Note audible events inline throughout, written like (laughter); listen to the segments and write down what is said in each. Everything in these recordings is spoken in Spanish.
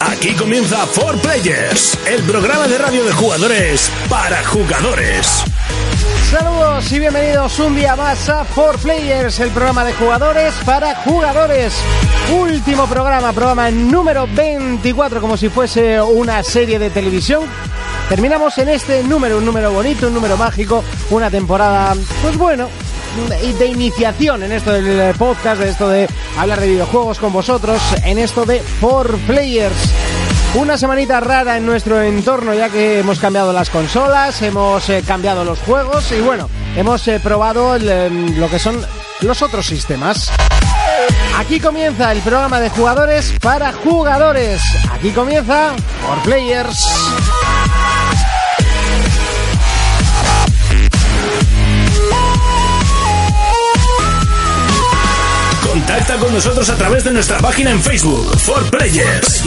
Aquí comienza For Players, el programa de radio de jugadores para jugadores. Saludos y bienvenidos un día más a 4 Players, el programa de jugadores para jugadores. Último programa, programa número 24, como si fuese una serie de televisión. Terminamos en este número, un número bonito, un número mágico, una temporada, pues bueno, de de iniciación en esto del podcast, de esto de hablar de videojuegos con vosotros, en esto de 4 Players. Una semanita rara en nuestro entorno ya que hemos cambiado las consolas, hemos eh, cambiado los juegos y bueno, hemos eh, probado el, eh, lo que son los otros sistemas. Aquí comienza el programa de jugadores para jugadores. Aquí comienza por Players. Contacta con nosotros a través de nuestra página en Facebook, For Players.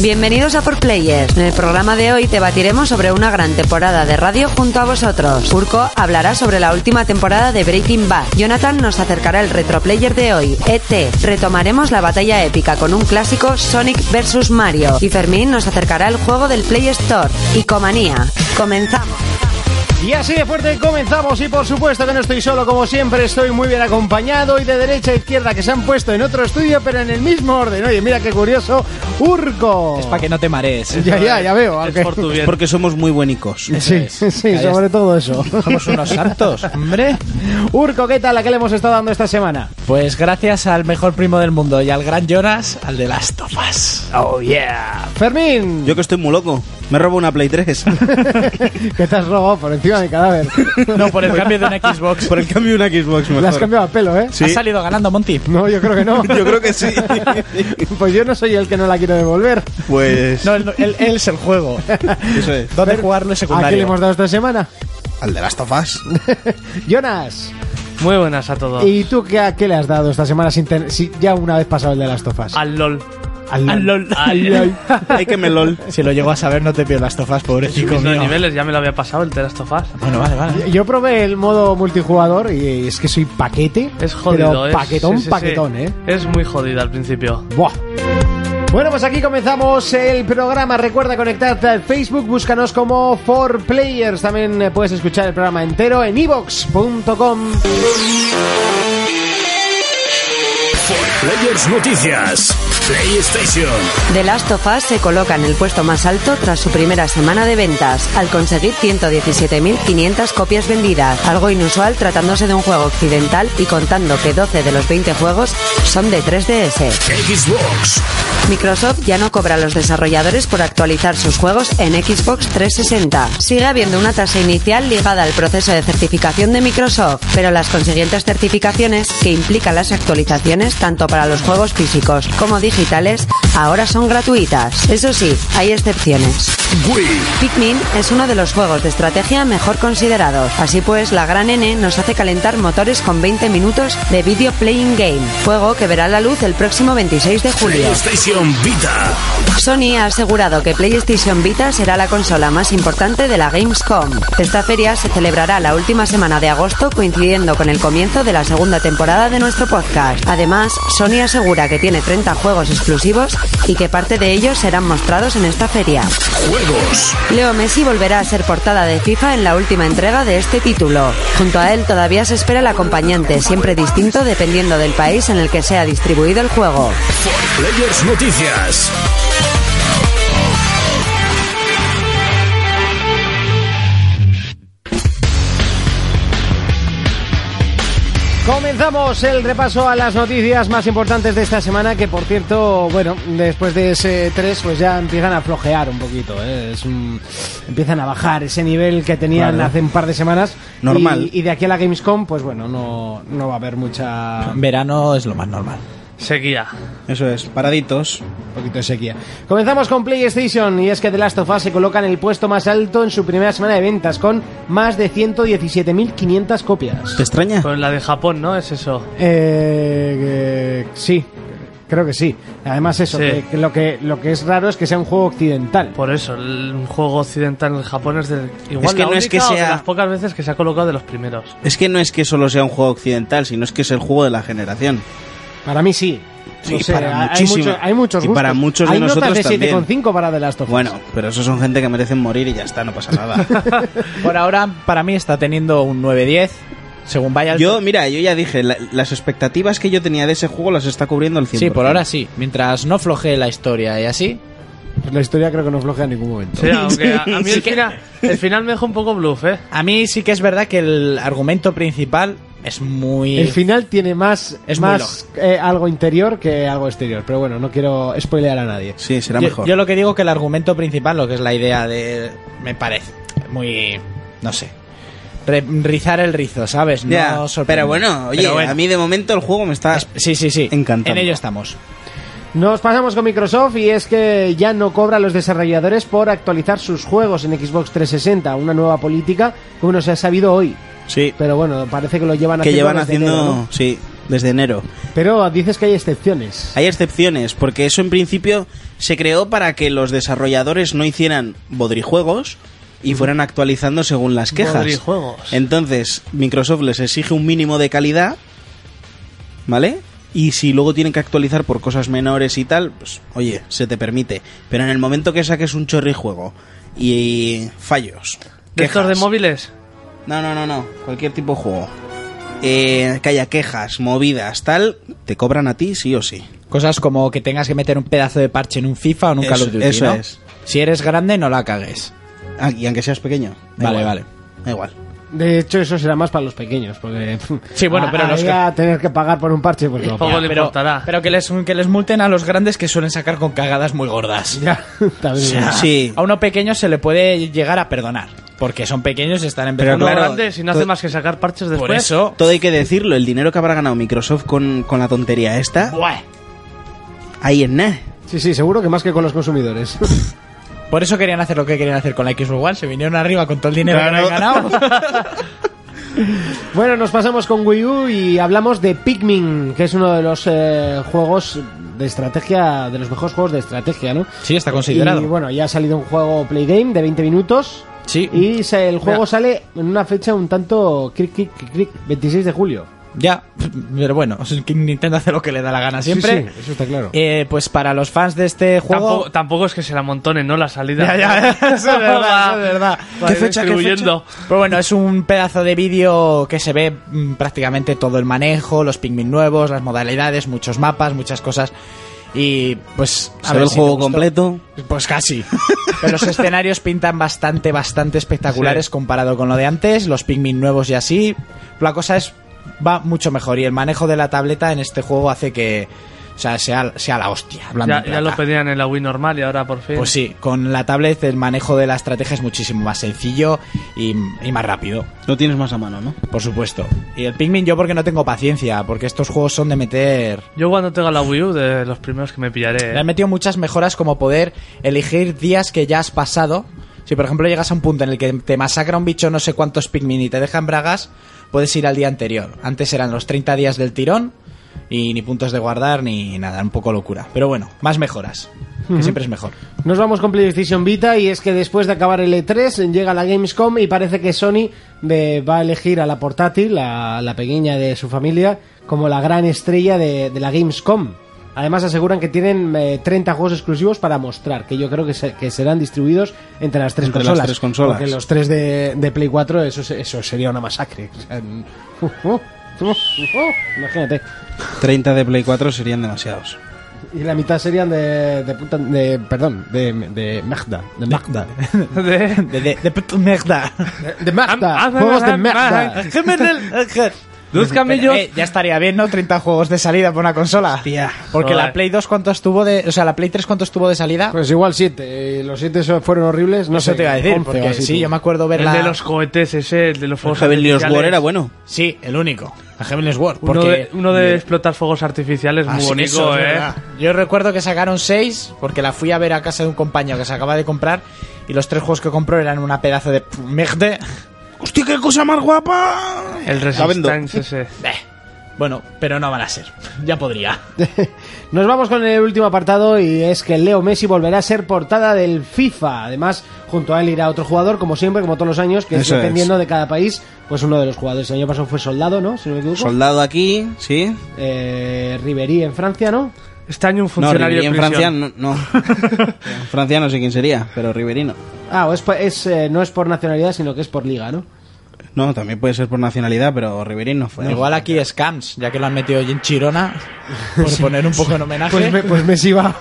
Bienvenidos a Por Players. En el programa de hoy debatiremos sobre una gran temporada de radio junto a vosotros. Urco hablará sobre la última temporada de Breaking Bad. Jonathan nos acercará el retroplayer de hoy, ET. Retomaremos la batalla épica con un clásico Sonic vs Mario. Y Fermín nos acercará el juego del Play Store, Icomanía. Comenzamos. Y así de fuerte comenzamos y por supuesto que no estoy solo, como siempre estoy muy bien acompañado y de derecha a izquierda que se han puesto en otro estudio pero en el mismo orden. Oye, mira qué curioso, Urco. Para que no te marees. Ya, ya, ya veo. aunque- Porque somos muy buenicos. Sí, sí, sobre todo eso. Somos unos santos, hombre. (laughs) Urco, ¿qué tal? ¿A qué le hemos estado dando esta semana? Pues gracias al mejor primo del mundo y al gran Jonas, al de las tofas. Oh, yeah. Fermín, Yo que estoy muy loco. Me robo una (laughs) Play 3 (laughs) que te has robado por encima de mi cadáver. No, por el cambio de una (laughs) Xbox. por el cambio de una Xbox mejor. La has cambiado a pelo, ¿eh? Sí. Has salido ganando, Monty. No, yo creo que no. Yo creo que sí. Pues yo no soy el que no la quiero devolver. pues No, él, él- él es el juego. eso es. ¿Dónde jugarlo es ¿A qué le secundario? hemos dado esta semana? Al de las tofas. (laughs) Jonas, Muy buenas a todos. ¿y tú qué, a qué le has dado esta semana sin tener- si ya una vez pasado el de las tofas? Al LOL. Al LOL. Hay que me lol. Si lo llego a saber, no te pido las tofas, pobre Subir chico de mío. niveles, ya me lo había pasado el The Last of Us. Bueno, vale, vale. Yo probé el modo multijugador y es que soy paquete. Es jodido, Pero es- paquetón, sí, sí, sí. paquetón, ¿eh? Es muy jodido al principio. Buah. Bueno, pues aquí comenzamos el programa. Recuerda conectarte al Facebook, búscanos como 4Players. También eh, puedes escuchar el programa entero en evox.com. Players Noticias, PlayStation, The Last of Us se coloca en el puesto más alto tras su primera semana de ventas, al conseguir 117.500 copias vendidas, algo inusual tratándose de un juego occidental y contando que 12 de los 20 juegos son de 3DS. Xbox, Microsoft ya no cobra a los desarrolladores por actualizar sus juegos en Xbox 360. Sigue habiendo una tasa inicial ligada al proceso de certificación de Microsoft, pero las consiguientes certificaciones, que implican las actualizaciones tanto para los juegos físicos como digitales, ahora son gratuitas. Eso sí, hay excepciones. Wii, Pikmin es uno de los juegos de estrategia mejor considerados. Así pues, la gran N nos hace calentar motores con 20 minutos de video playing game, juego que verá la luz el próximo 26 de julio. PlayStation Vita, Sony ha asegurado que PlayStation Vita será la consola más importante de la Gamescom. Esta feria se celebrará la última semana de agosto coincidiendo con el comienzo de la segunda temporada de nuestro podcast. Además, Sony asegura que tiene 30 juegos exclusivos y que parte de ellos serán mostrados en esta feria. Juegos, Leo Messi volverá a ser portada de FIFA en la última entrega de este título. Junto a él todavía se espera el acompañante, siempre distinto dependiendo del país en el que sea distribuido el juego. Players Noticias, Comenzamos el repaso a las noticias más importantes de esta semana, que por cierto, bueno, después de ese 3, pues ya empiezan a flojear un poquito. ¿eh? Es un- Empiezan a bajar ese nivel que tenían Claro. hace un par de semanas. Normal. Y, y de aquí a la Gamescom, pues bueno, no, no va a haber mucha. un Verano es lo más normal. Seguía. Eso es. Paraditos. poquito de sequía. Comenzamos con PlayStation, y es que The Last of Us se coloca en el puesto más alto en su primera semana de ventas, con más de 117.500 copias. ¿Te extraña? Con la de Japón, ¿no? Es eso. Eh, eh, sí, creo que sí. Además eso, Sí. que, que lo que lo que es raro es que sea un juego occidental. Por eso, el un juego occidental en Japón es de. Igual Es que la no es única que o de sea- las pocas veces que se ha colocado de los primeros. Es que no es que solo sea un juego occidental, sino es que es el juego de la generación. Para mí sí. Sí, No sé, para hay, muchísima. mucho- hay muchos Y gustos. para muchos de Hay notas nosotros de también. 7,5 para The Last of Us. Bueno, pero esos son gente que merecen morir y ya está, no pasa (laughs) nada. Por ahora, para mí está teniendo un 9-10. Según vaya el- yo, mira, yo ya dije, la- las expectativas que yo tenía de ese juego las está cubriendo el 100%. Sí, por ahora sí. Mientras no flojee la historia y así. Pues la historia creo que no flojea en ningún momento. Sí, aunque a, a mí Sí el que- final, el final me dejó un poco bluff, ¿eh? A mí sí que es verdad que el argumento principal es muy. El final tiene más, Es muy más eh, algo interior que algo exterior. Pero bueno, no quiero spoilear a nadie. Sí, será yo, mejor. yo lo que digo que el argumento principal, lo que es la idea de. Me parece muy. No sé. re- rizar el rizo, ¿sabes? No Ya, sorprende. pero bueno, oye, Pero bueno, a mí de momento el juego me está... es- Sí, sí, sí. Encantando. En ello estamos. Nos pasamos con Microsoft y es que ya no cobra a los desarrolladores por actualizar sus juegos en Xbox 360, una nueva política que no se ha sabido hoy. Sí, Pero bueno, parece que lo llevan que haciendo llevan desde haciendo... enero, ¿no? Sí, desde enero. Pero dices que hay excepciones. Hay excepciones, porque eso en principio se creó para que los desarrolladores no hicieran bodrijuegos y fueran actualizando según las quejas. Bodrijuegos. Entonces, Microsoft les exige un mínimo de calidad, ¿vale? Y si luego tienen que actualizar por cosas menores y tal, pues oye, se te permite. Pero en el momento que saques un chorrijuego y fallos. De estos de quejas- móviles. no, no, no, no. Cualquier tipo de juego. Eh, que haya quejas, movidas, tal, te cobran a ti sí o sí. Cosas como que tengas que meter un pedazo de parche en un FIFA o en un Eso- Call of Duty, eso ¿no? es. Si eres grande, no la cagues. Ah, y aunque seas pequeño. da Vale, igual. vale. Da igual. De hecho, eso será más para los pequeños, porque (laughs) Sí, bueno, pero a, los ahí que- a tener que pagar por un parche, (laughs) pues no. Poco ya, le pero, importará. pero que les que les multen a los grandes que suelen sacar con cagadas muy gordas. (laughs) ya, también es verdad. Sí. A uno pequeño se le puede llegar a perdonar, porque son pequeños y están Pero empezando. Uno claro, grande, si no hace to- más que sacar parches después. por eso, Todo hay que decirlo. El dinero que habrá ganado Microsoft con, con la tontería esta, Buah. ahí en nada. sí, sí, seguro que más que con los consumidores. (laughs) por eso querían hacer lo que querían hacer con la Xbox One, se vinieron arriba con todo el dinero Claro. que habían ganado. Bueno, nos pasamos con Wii U y hablamos de Pikmin, que es uno de los eh, juegos de estrategia, de los mejores juegos de estrategia, ¿no? (laughs) Sí, está considerado. Y bueno, ya ha salido un juego Play Game de 20 minutos. Sí. Y se- el juego Mira. sale en una fecha un tanto cric, cric, cric, cric, 26 de julio. ya, pero bueno, (laughs) es que Nintendo hace lo que le da la gana siempre. Sí, sí, eso está claro. Eh, pues para los fans de este Tampoco, juego. tampoco es que se la montonen, ¿no? La Ya, salida. (laughs) ya, (laughs) eso es verdad, eso es verdad. Va distribuyendo. Pero bueno, es un pedazo de vídeo que se ve mm, prácticamente todo el manejo, los Pikmin nuevos, las modalidades, muchos mapas, muchas cosas. Y pues. a Se ver ve el si te juego gustó. completo. Pues (laughs) casi. Pero los escenarios pintan bastante, bastante espectaculares Sí. comparado con lo de antes, los Pikmin nuevos y así. La cosa es. va mucho mejor. Y el manejo de la tableta en este juego hace que. O sea, sea, sea la hostia. hablando Ya, en ya lo plata. pedían en la Wii normal y ahora por fin. Pues sí, con la tablet el manejo de la estrategia es muchísimo más sencillo y, y más rápido, Lo tienes más a mano, ¿no? por supuesto. Y el Pikmin yo porque no tengo paciencia, porque estos juegos son de meter... Yo cuando tenga la Wii U, de los primeros que me pillaré. Le ¿eh? han metido muchas mejoras como poder elegir días que ya has pasado. Si por ejemplo llegas a un punto en el que te masacra un bicho no sé cuántos Pikmin y te dejan bragas, puedes ir al día anterior. Antes eran los 30 días del tirón y ni puntos de guardar ni nada, un poco locura. Pero bueno, más mejoras, que siempre es mejor. Nos vamos con PlayStation Vita y es que después de acabar el E3 llega la Gamescom y parece que Sony eh, va a elegir a la portátil, a la pequeña de su familia, como la gran estrella de, de la Gamescom. Además aseguran que tienen eh, 30 juegos exclusivos para mostrar, que yo creo que, se- que serán distribuidos entre las tres Entre las consolas. tres consolas. Porque los tres de, de Play 4, eso, se- eso sería una masacre. O sea, uh, n- uh, imagínate. 30 de Play 4 serían demasiados. Y la mitad serían de, de, puta- de- perdón, de, de Magda. De (laughs) Magda. (laughs) De- De, de, de puta mierda. De Magda, Am- am- juegos de am- Magda. am- Dos Pero, camellos. eh, ya estaría bien, ¿no? 30 juegos de salida por una consola. Hostia, Porque joder. la Play 2 cuánto estuvo de... O sea, la Play 3 cuánto estuvo de salida. Pues igual siete. eh, Los siete so- fueron horribles. No no sé, sé te iba a decir. 11 o Porque así, sí, tú. yo me acuerdo ver El la... de los cohetes ese, el de los fuegos Heavenly artificiales. War era bueno. Sí, el único. La Heavenless World. Uno, Porque... de, uno de explotar fuegos artificiales, muy Así, bonito, eso es ¿eh? verdad. Yo recuerdo que sacaron 6 porque la fui a ver a casa de un compañero que se acaba de comprar y los tres juegos que compró eran una pedazo de... p- Merde. (laughs) ¡Hostia, qué cosa más guapa! El La vendo. Resistance ese. Beh. Bueno, pero no van a ser. Ya podría. Nos vamos con el último apartado y es que Leo Messi volverá a ser portada del FIFA. Además, junto a él irá otro jugador, como siempre, como todos los años, que es Eso es. dependiendo de cada país, pues uno de los jugadores. El año pasado fue Soldado, ¿no? Si no me equivoco. Soldado aquí, ¿sí? Eh, Ribery en Francia, ¿no? Este año No, un funcionario Ribery en de Francia prisión. no. no. en Francia no sé quién sería, pero Riverino. Ah, o es, pa- es, eh, no es por nacionalidad, sino que es por liga, ¿no? No, también puede ser por nacionalidad, pero Riverino no fue. Igual aquí es Camps, ya que lo han metido hoy en Chirona, por poner un poco en homenaje. Pues, me- pues Messi (laughs) va.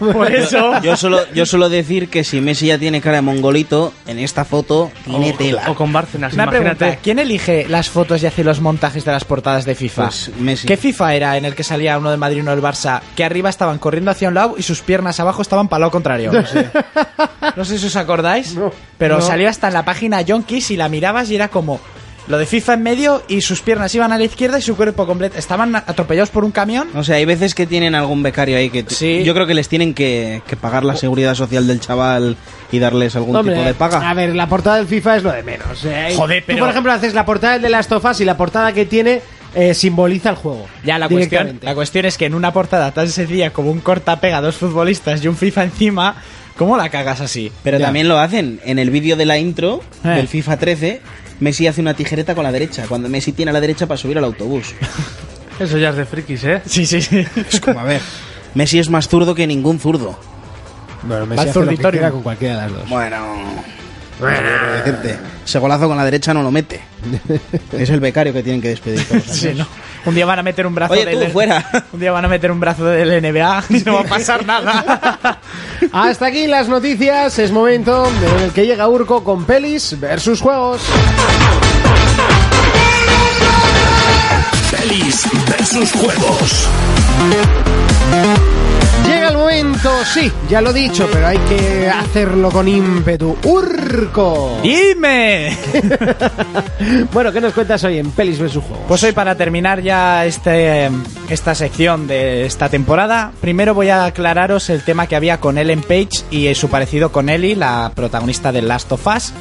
(laughs) Yo, solo, yo solo decir que si Messi ya tiene cara de mongolito, en esta foto tiene tela. O con Bárcenas, Una pregunta, imagínate. ¿quién elige las fotos y hace los montajes de las portadas de FIFA? Pues, Messi. ¿Qué FIFA era en el que salía uno de Madrid y uno del Barça? Que arriba estaban corriendo hacia un lado y sus piernas abajo estaban para el lado contrario. No sé, No sé si os acordáis, No, pero no. salía hasta en la página Yonkis y la mirabas y era como lo de FIFA en medio y sus piernas iban a la izquierda y su cuerpo completo. Estaban atropellados por un camión. No sé, hay veces que tienen algún becario ahí que t- Sí. yo creo que les tienen que, que pagar la seguridad social del chaval y darles algún Hombre, tipo de paga. A ver, la portada del FIFA es lo de menos. eh. Joder, Tú, pero- por ejemplo, haces la portada del de Last of Us y la portada que tiene eh, simboliza el juego. Ya, la cuestión, directamente. la cuestión es que en una portada tan sencilla como un cortapega, dos futbolistas y un FIFA encima, ¿cómo la cagas así? Pero Ya. también lo hacen en el vídeo de la intro Eh. del FIFA 13. Messi hace una tijereta con la derecha, cuando Messi tiene a la derecha para subir al autobús. Eso ya es de frikis, ¿eh? (laughs) Sí, sí, (laughs) sí. Es como, a ver, Messi es más zurdo que ningún zurdo. Bueno, Va Messi al hace lo que zurditorium. quiera con cualquiera de las dos. Bueno, decirte, ese golazo con la derecha no lo mete. Es el becario que tienen que despedir. todos los años. Sí, ¿no? Un día van a meter un brazo Oye, del- tú, fuera. Un día van a meter un brazo del NBA y no va a pasar (laughs) nada. Hasta aquí las noticias. Es momento en el que llega Urco con pelis versus juegos. Pelis versus juegos. Llega el momento, sí, ya lo he dicho, pero hay que hacerlo con ímpetu. Urco. ¡Dime! Bueno, ¿qué nos cuentas hoy en pelis versus juegos? Pues hoy para terminar ya este, esta sección de esta temporada, primero voy a aclararos el tema que había con Ellen Page y su parecido con Ellie, la protagonista de Last of Us.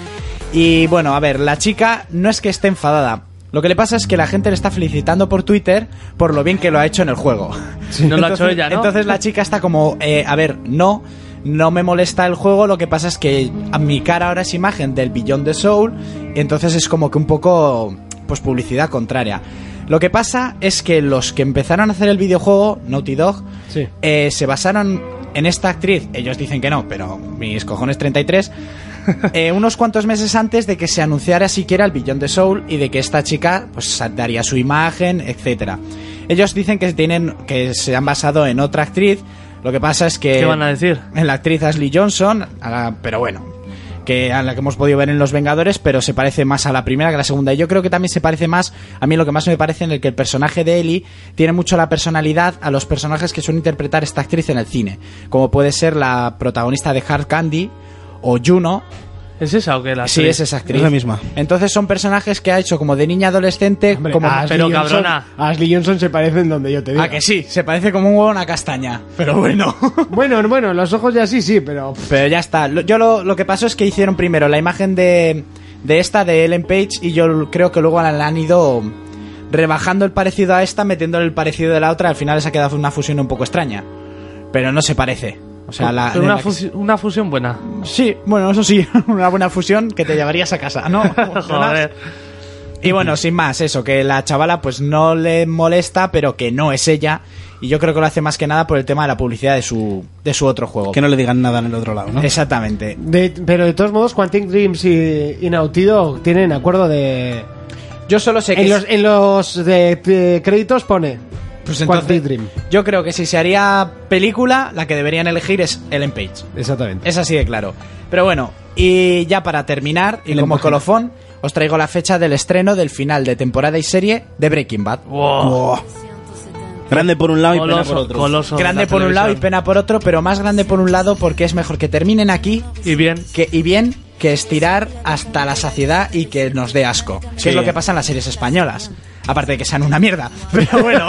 Y bueno, a ver, la chica no es que esté enfadada. Lo que le pasa es que la gente le está felicitando por Twitter por lo bien que lo ha hecho en el juego. No lo ha hecho ella, ¿no? Entonces la chica está como, eh, a ver, no, no me molesta el juego, lo que pasa es que a mi cara ahora es imagen del Billón de Soul, entonces es como que un poco, pues publicidad contraria. Lo que pasa es que los que empezaron a hacer el videojuego, Naughty Dog, Sí. eh, se basaron en esta actriz, ellos dicen que no, pero mis cojones 33, eh, unos cuantos meses antes de que se anunciara siquiera el Billón de Soul y de que esta chica pues daría su imagen, etcétera. Ellos dicen que tienen que se han basado en otra actriz, lo que pasa es que ¿Qué van a decir? en la actriz Ashley Johnson, a la- pero bueno, que a la que hemos podido ver en Los Vengadores, pero se parece más a la primera que a la segunda. Y yo creo que también se parece más, a mí lo que más me parece en el que el personaje de Ellie tiene mucho la personalidad a los personajes que suele interpretar esta actriz en el cine, como puede ser la protagonista de Hard Candy o Juno, ¿Es esa o qué? La sí actriz? es esa actriz. Es la misma. Entonces son personajes que ha hecho como de niña adolescente, Hombre, ah, como Ashley pero Johnson- cabrona. Ashley Johnson se parece en donde yo te digo. Ah, que sí, se parece como un huevo a una castaña. Pero bueno. Bueno, bueno, los ojos ya sí, sí, pero... (laughs) Pero ya está. Lo- Yo lo, lo que pasó es que hicieron primero la imagen de, de esta, de Ellen Page, y yo creo que luego la, la han ido rebajando el parecido a esta, metiéndole el parecido de la otra. Al final se ha quedado una fusión un poco extraña. Pero no se parece. O sea, la. Pero una, la que- fusi- una fusión buena. Sí, bueno, eso sí, (laughs) una buena fusión que te llevarías a casa, ¿no? Jonas? (laughs) Joder. Y bueno, sin más, eso, que la chavala pues no le molesta, pero que no es ella. Y yo creo que lo hace más que nada por el tema de la publicidad de su, de su otro juego. Que no le digan nada en el otro lado, ¿no? Exactamente. De- pero de todos modos, Quantic Dreams y, y Naughty Dog tienen acuerdo de... Yo solo sé que... En los, en los de, de créditos pone Pues Quantic entonces, Dream. yo creo que si se haría película, la que deberían elegir es Ellen Page. Exactamente. Es así de claro. Pero bueno, y ya para terminar, y Ellen como Page. colofón, os traigo la fecha del estreno del final de temporada y serie de Breaking Bad. Wow. Oh. Grande por un lado y pena por Coloso, otro. coloso de Grande la por un lado y televisión. pena por otro, pero más grande por un lado porque es mejor que terminen aquí Y bien. que, y bien que estirar hasta la saciedad y que nos dé asco. Que Sí. es lo que pasa en las series españolas. Aparte de que sean una mierda. (laughs) Pero bueno.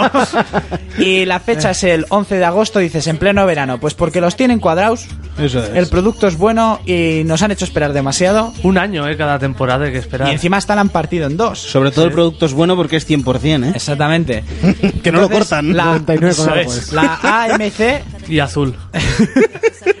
y la fecha es el 11 de agosto, dices, en pleno verano. Pues porque los tienen cuadrados. Eso es. El producto es bueno y nos han hecho esperar demasiado. Un año, ¿eh? Cada temporada hay que esperar. Y encima hasta la han partido en dos. Sobre todo el producto es bueno porque es 100%, ¿eh? Exactamente. (laughs) Que no lo cortan. La, 99 con eso algo es. es. la (laughs) AMC, Y azul.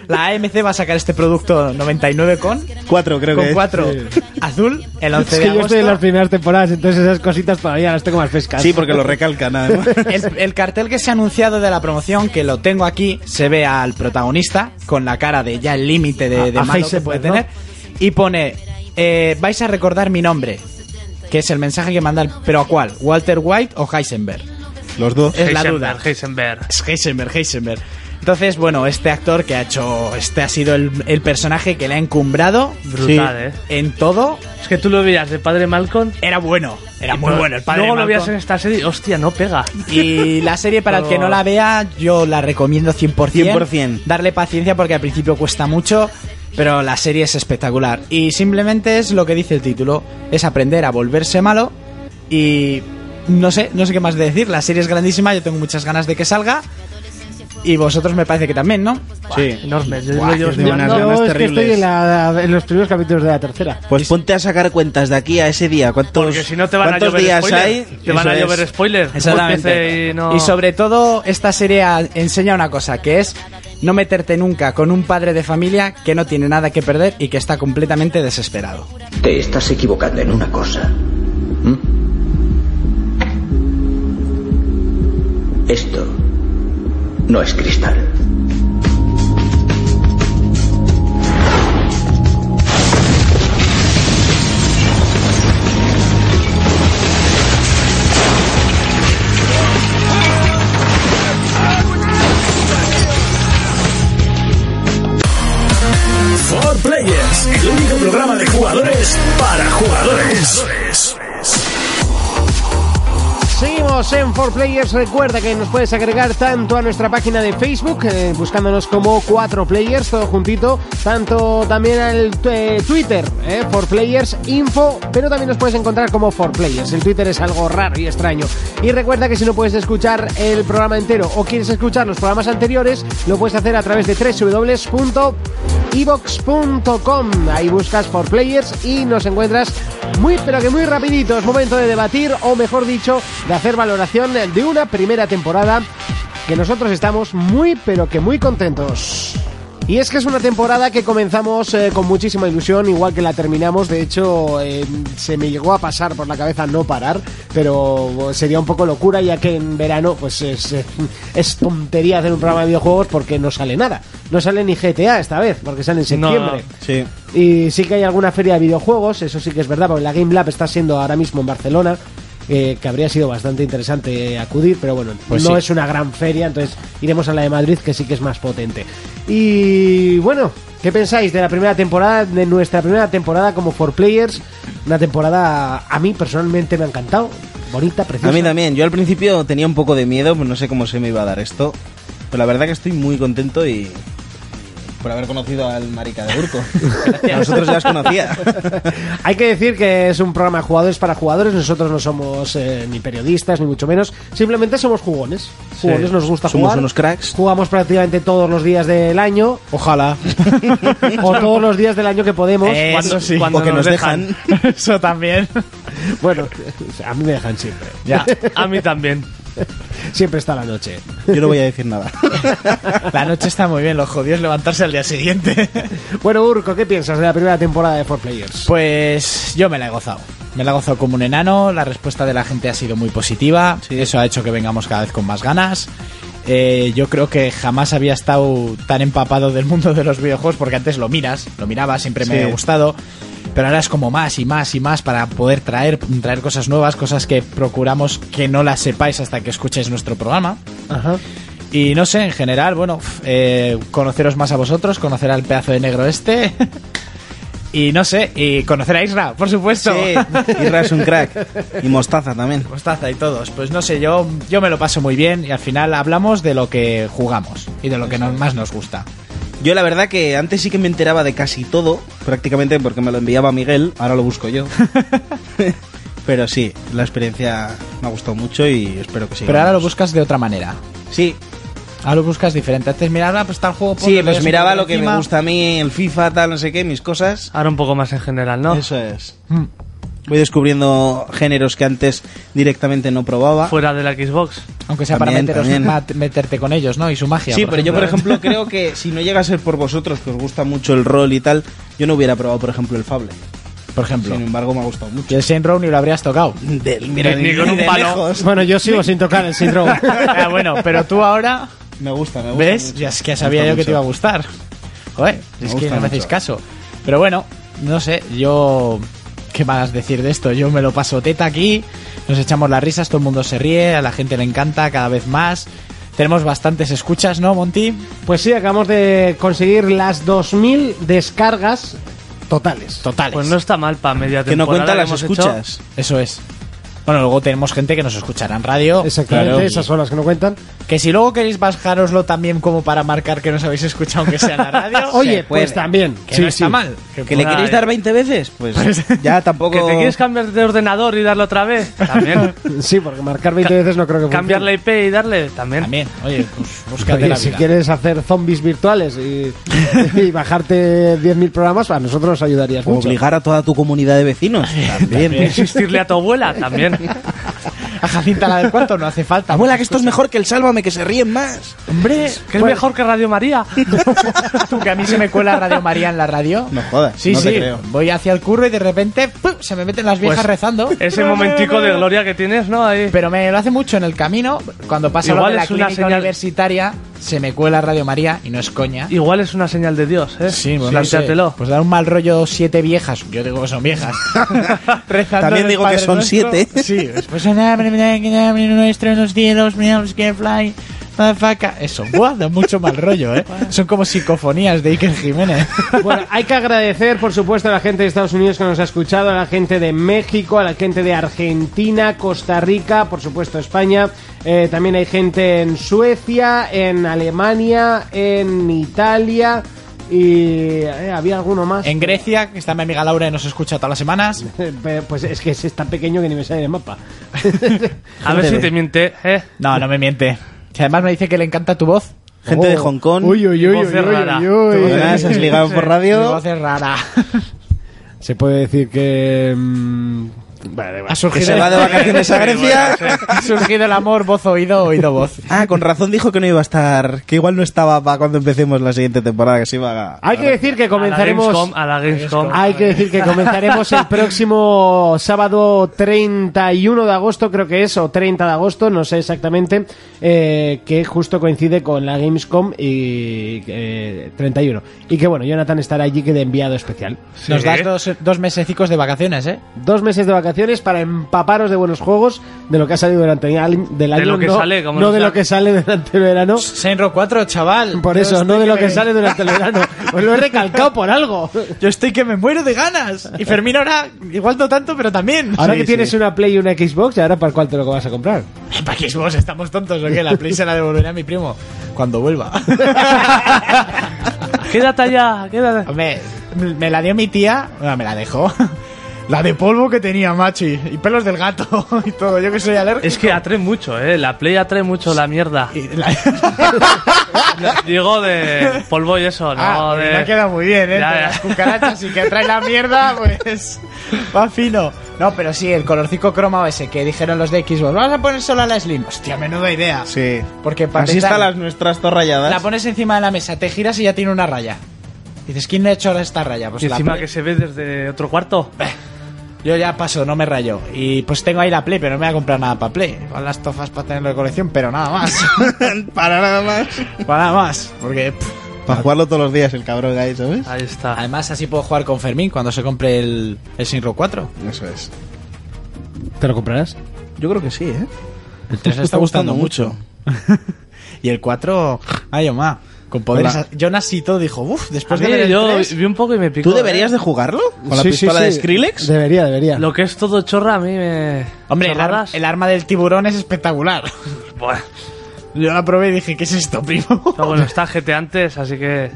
la AMC va a sacar este producto 99 con, Cuatro, creo que con es. 4 Sí. azul el 11 Es de que yo agosto. estoy en las primeras temporadas, entonces esas cositas todavía las tengo más frescas. Sí, porque lo recalcan, (laughs) además. El, el cartel que se ha anunciado de la promoción, que lo tengo aquí, se ve al protagonista con la cara de ya el límite de, de A- a malo que Heisenberg, puede ¿no? tener. Y pone, eh, vais a recordar mi nombre, que es el mensaje que manda el... ¿Pero a cuál? ¿Walter White o Heisenberg? Los dos. Es la Heisenberg, duda. Heisenberg. Es Heisenberg, Heisenberg. Entonces, bueno, este actor que ha hecho... Este ha sido el, el personaje que le ha encumbrado Brutal, ¿eh? en todo. Es que tú lo veías de padre Malcolm. Era bueno, era y muy no- bueno el padre. Luego de lo veías Malcolm. en esta serie. Hostia, no pega. Y la serie, para el que no la vea, yo la recomiendo 100%. 100%. Darle paciencia porque al principio cuesta mucho, pero la serie es espectacular. Y simplemente es lo que dice el título, es aprender a volverse malo y... No sé, no sé qué más de decir. La serie es grandísima, yo tengo muchas ganas de que salga. Y vosotros me parece que también, ¿no? Sí. Enorme. Yo, Buah, yo- que te yo- van a- no, Yo Más es que terribles. estoy en, la- en los primeros capítulos de la tercera. Pues ponte a sacar cuentas de aquí a ese día. ¿Cuántos, Porque si no te van a cuántos llover días spoilers. hay? Te van Eso a es. llover spoilers. Exactamente. Y, no- Y sobre todo, esta serie a- enseña una cosa, que es no meterte nunca con un padre de familia que no tiene nada que perder y que está completamente desesperado. Te estás equivocando en una cosa. ¿Mm? Esto no es cristal. For Players, el único programa de jugadores para jugadores. Seguimos en 4Players. Recuerda que nos puedes agregar tanto a nuestra página de Facebook, eh, buscándonos como 4Players, todo juntito, tanto también al eh, Twitter, eh, 4Players Info, pero también nos puedes encontrar como 4Players. El Twitter es algo raro y extraño. Y recuerda que si no puedes escuchar el programa entero o quieres escuchar los programas anteriores, lo puedes hacer a través de www.evox.com. Ahí buscas 4Players y nos encuentras muy, pero que muy rapidito. Es momento de debatir, o mejor dicho, de hacer valoración de una primera temporada que nosotros estamos muy, pero que muy contentos. Y es que es una temporada que comenzamos eh, con muchísima ilusión, igual que la terminamos. De hecho, eh, se me llegó a pasar por la cabeza no parar, pero eh, sería un poco locura, ya que en verano pues es, eh, (laughs) es tontería hacer un programa de videojuegos porque no sale nada. No sale ni GTA esta vez, porque sale en No, septiembre. Sí. Y sí que hay alguna feria de videojuegos, eso sí que es verdad, porque la Game Lab está siendo ahora mismo en Barcelona, eh, que habría sido bastante interesante acudir, pero bueno, Pues no sí. es una gran feria, entonces iremos a la de Madrid, que sí que es más potente. Y bueno, ¿qué pensáis de la primera temporada, de nuestra primera temporada como For Players? Una temporada a mí personalmente me ha encantado, bonita, preciosa. A mí también. Yo al principio tenía un poco de miedo, pues no sé cómo se me iba a dar esto. Pero la verdad que estoy muy contento y. por haber conocido al marica de Urco. Nosotros ya os conocía. Hay que decir que es un programa de jugadores para jugadores. Nosotros no somos eh, ni periodistas, ni mucho menos. Simplemente somos jugones. Jugones nos gusta Somos jugar. unos cracks. Jugamos prácticamente todos los días del (laughs) año. Ojalá. o todos los días del año que podemos. Eh. Cuando- sí. cuando o que nos dejan. Eso también. Bueno, a mí me dejan siempre. Ya. (laughs) A mí también. Siempre está la noche. Yo no voy a decir nada. La noche está muy bien, los jodidos levantarse al día siguiente. Bueno, Urco, ¿qué piensas de la primera temporada de 4Players? Pues yo me la he gozado. Me la he gozado como un enano, la respuesta de la gente ha sido muy positiva, eso ha hecho que vengamos cada vez con más ganas. Eh, yo creo que jamás había estado tan empapado del mundo de los videojuegos porque antes lo miras, lo miraba, siempre me Sí. ha gustado, pero ahora es como más y más y más para poder traer, traer cosas nuevas, cosas que procuramos que no las sepáis hasta que escuchéis nuestro programa. Ajá. Y no sé, en general, bueno, f- eh, conoceros más a vosotros, conocer al pedazo de negro este. (laughs) y no sé, y conocer a Isra, por supuesto. Irra es un crack. Y Mostaza también. Mostaza y (laughs) todos. Pues no sé, yo, yo me lo paso muy bien y al final hablamos de lo que jugamos y de lo que no- más nos gusta. Yo la verdad que antes sí que me enteraba de casi todo, prácticamente porque me lo enviaba Miguel, ahora lo busco yo. Pero sí, la experiencia me ha gustado mucho y espero que siga. Pero ahora lo buscas de otra manera. Sí, Ahora lo buscas diferente. Antes miraba, pues está el juego. sí, lo pues ves miraba por lo que me encima. gusta a mí, el FIFA, tal, no sé qué, mis cosas. Ahora un poco más en general, ¿no? Eso es. Mm. Voy descubriendo géneros que antes directamente no probaba. Fuera de la Xbox. Aunque sea También, para meteros- también. mat- meterte con ellos, ¿no? Y su magia. Sí, pero yo, (laughs) por ejemplo, creo que si no llega a ser por vosotros, que os gusta mucho el rol y tal, yo no hubiera probado, por ejemplo, el Fable. Por ejemplo. Sin embargo, me ha gustado (laughs) Y mucho. el Saint Row ni lo habrías tocado. Del- mira, Ni- ni con un de palo. (laughs) lejos. Bueno, yo sigo sin tocar el síndrome. Ah, bueno, pero tú ahora. (laughs) Me gusta, me gusta. ¿Ves? mucho. Ya es que Me sabía gusta yo que te mucho. iba a gustar. Joder, Me es que gusta no me hacéis mucho. caso. Pero bueno, no sé, yo. ¿Qué más decir de esto? Yo me lo paso teta aquí, nos echamos las risas, todo el mundo se ríe, a la gente le encanta cada vez más. Tenemos bastantes escuchas, ¿no, Monty? Pues sí, acabamos de conseguir las 2.000 descargas totales. Totales. Pues no está mal para media Que no temporada. ¿eh? cuenta las hemos hecho. escuchas. Eso es. Bueno, luego tenemos gente que nos escuchará en radio. Exactamente, Claro. esas son las que no (coughs) cuentan. Que si luego queréis bajároslo también como para marcar que nos habéis escuchado aunque sea en la radio. Oye, se puede. pues también. que no está mal. Que ¿Que le Ay. queréis dar 20 veces? (laughs) Pues ya tampoco... Que te quieres cambiar de ordenador y darle (laughs) otra vez. También. Sí, porque marcar 20 veces no creo que Cambiar la funcione. IP y darle. También. También, oye, pues búscate Oye, la si vida. quieres hacer zombies virtuales (laughs) y, y bajarte 10.000 programas, a nosotros nos ayudarías O mucho. obligar a toda tu comunidad (laughs) de vecinos. También. Insistirle a tu (laughs) abuela. También. A Jacinta la del cuarto no hace falta. Abuela, que esto es mejor que el Sálvame, que se ríen (laughs) más. Hombre, Que es mejor que Radio María. tú que a mí se me cuela Radio María en la radio. No jodas, Sí, no sí. te creo. Voy hacia el curro y de repente ¡pum! se me meten las viejas Pues, rezando. eh. Ese momentico de gloria que tienes, ¿no? Ahí. Pero me lo hace mucho en el camino. Cuando pasa lo Igual de la es una clínica señal- universitaria, se me cuela Radio María y no es coña. Igual es una señal de Dios, ¿eh? Sí, bueno, no sé. Plantéatelo. Pues dar un mal rollo siete viejas. Yo digo que son viejas. (laughs) Rezando pues, También el digo Padre que son Nuestro. siete. (laughs) Sí. Pues nuestro en los cielos, mira los que fly. Motherfucker. Eso, buah, da mucho mal rollo, ¿eh? Son como psicofonías de Iker Jiménez. Bueno, hay que agradecer, por supuesto, a la gente de Estados Unidos que nos ha escuchado, a la gente de México, a la gente de Argentina, Costa Rica, por supuesto España. Eh, también hay gente en Suecia, en Alemania, en Italia y eh, había alguno más. En Grecia, que está mi amiga Laura y nos escucha todas las semanas. (laughs) Pe- Pues es que es tan pequeño que ni me sale en el mapa. A ver si te miente, ¿eh? No, no me miente. Que además me dice que le encanta tu voz. (laughs) (laughs) Gente de Hong Kong. Oh. Uy, uy, uy, Voz uy, de uy, rara. uy, Tú, uy. ¿verdad? Se has ligado por Tu radio. voz es rara. Se puede decir que... mm, vale, da igual. Ha (laughs) Que surgido, se va de vacaciones a Grecia. ha surgido el amor, voz oído, oído voz. (laughs) Ah, con razón dijo que no iba a estar. Que igual no estaba para cuando empecemos la siguiente temporada. Que se iba a. Hay que decir que A la comenzaremos... Gamescom. A la Gamescom. Hay que decir que comenzaremos el próximo sábado 31 de agosto, creo que es, o 30 de agosto, no sé exactamente, eh, que justo coincide con la Gamescom y eh, 31. Y que bueno, Jonathan estará allí que de enviado especial. Sí. Nos das dos, dos mesecicos de vacaciones, ¿eh? Dos meses de vacaciones para empaparos de buenos juegos, de lo que ha salido durante el año, del año, lo que no, sale, como no nos de da- lo que sale durante el verano. Senro 4, chaval. Por Yo eso, estoy no de lo me- que sale durante el (laughs) verano. Os lo he recalcado por algo. Yo estoy que me muero de ganas. Y Fermín ahora, igual no tanto, pero también. Ahora Sí, que sí. tienes una Play y una Xbox, ¿y ahora para cuál te lo vas a comprar? (laughs) ¿Para qué vos? ¿Estamos tontos o qué? La Play se la devolveré a mi primo (laughs) cuando vuelva. Quédate allá, quédate. Hombre, me la dio mi tía. Bueno, me la dejó. La de polvo que tenía, macho. Y y pelos del gato (laughs) y todo. Yo que soy alérgico. Es que atrae mucho, ¿eh? La Play atrae mucho la mierda. Y la- (laughs) Digo de polvo y eso, no Ah, de... me ha quedado muy bien, ¿eh? Ya, Entre ya. Las cucarachas y que trae la mierda, pues. Va fino. No, pero sí, el colorcico croma ese que dijeron los de Xbox. Vamos a poner solo a la Slim. Hostia, menuda idea. Sí. Porque para Así empezar, están las nuestras torrayadas. La pones encima de la mesa, te giras y ya tiene una raya. Dices, ¿quién le ha hecho ahora esta raya? Pues Y la encima Play. que se ve desde otro cuarto. Yo ya paso, no me rayo. Y pues tengo ahí la Play, pero no me voy a comprar nada para Play. Con las tofas para tenerlo de colección, pero nada más. (laughs) para nada más. para nada más. Porque pff, Para jugarlo todos los días, el cabrón de ahí, ¿sabes? Ahí está. además así puedo jugar con Fermín cuando se compre el, el Sinro 4. Eso es. ¿Te lo comprarás? Yo creo que sí, ¿eh? El 3 le está gustando mucho. Y el 4, ay, Oma, con poderes. Hola. Jonas y todo dijo, uff, A después de ver mí el Pues yo 3, vi un poco y me picó. ¿Tú deberías ¿eh? de jugarlo? ¿Con la pistola de Skrillex? Debería, debería. Lo que es todo chorra a mí me... Hombre, el, ar- chorradas. el arma del tiburón es espectacular. (laughs) Buah. Yo la probé y dije, ¿qué es esto, primo? (laughs) Pero bueno, está jeteantes, así que...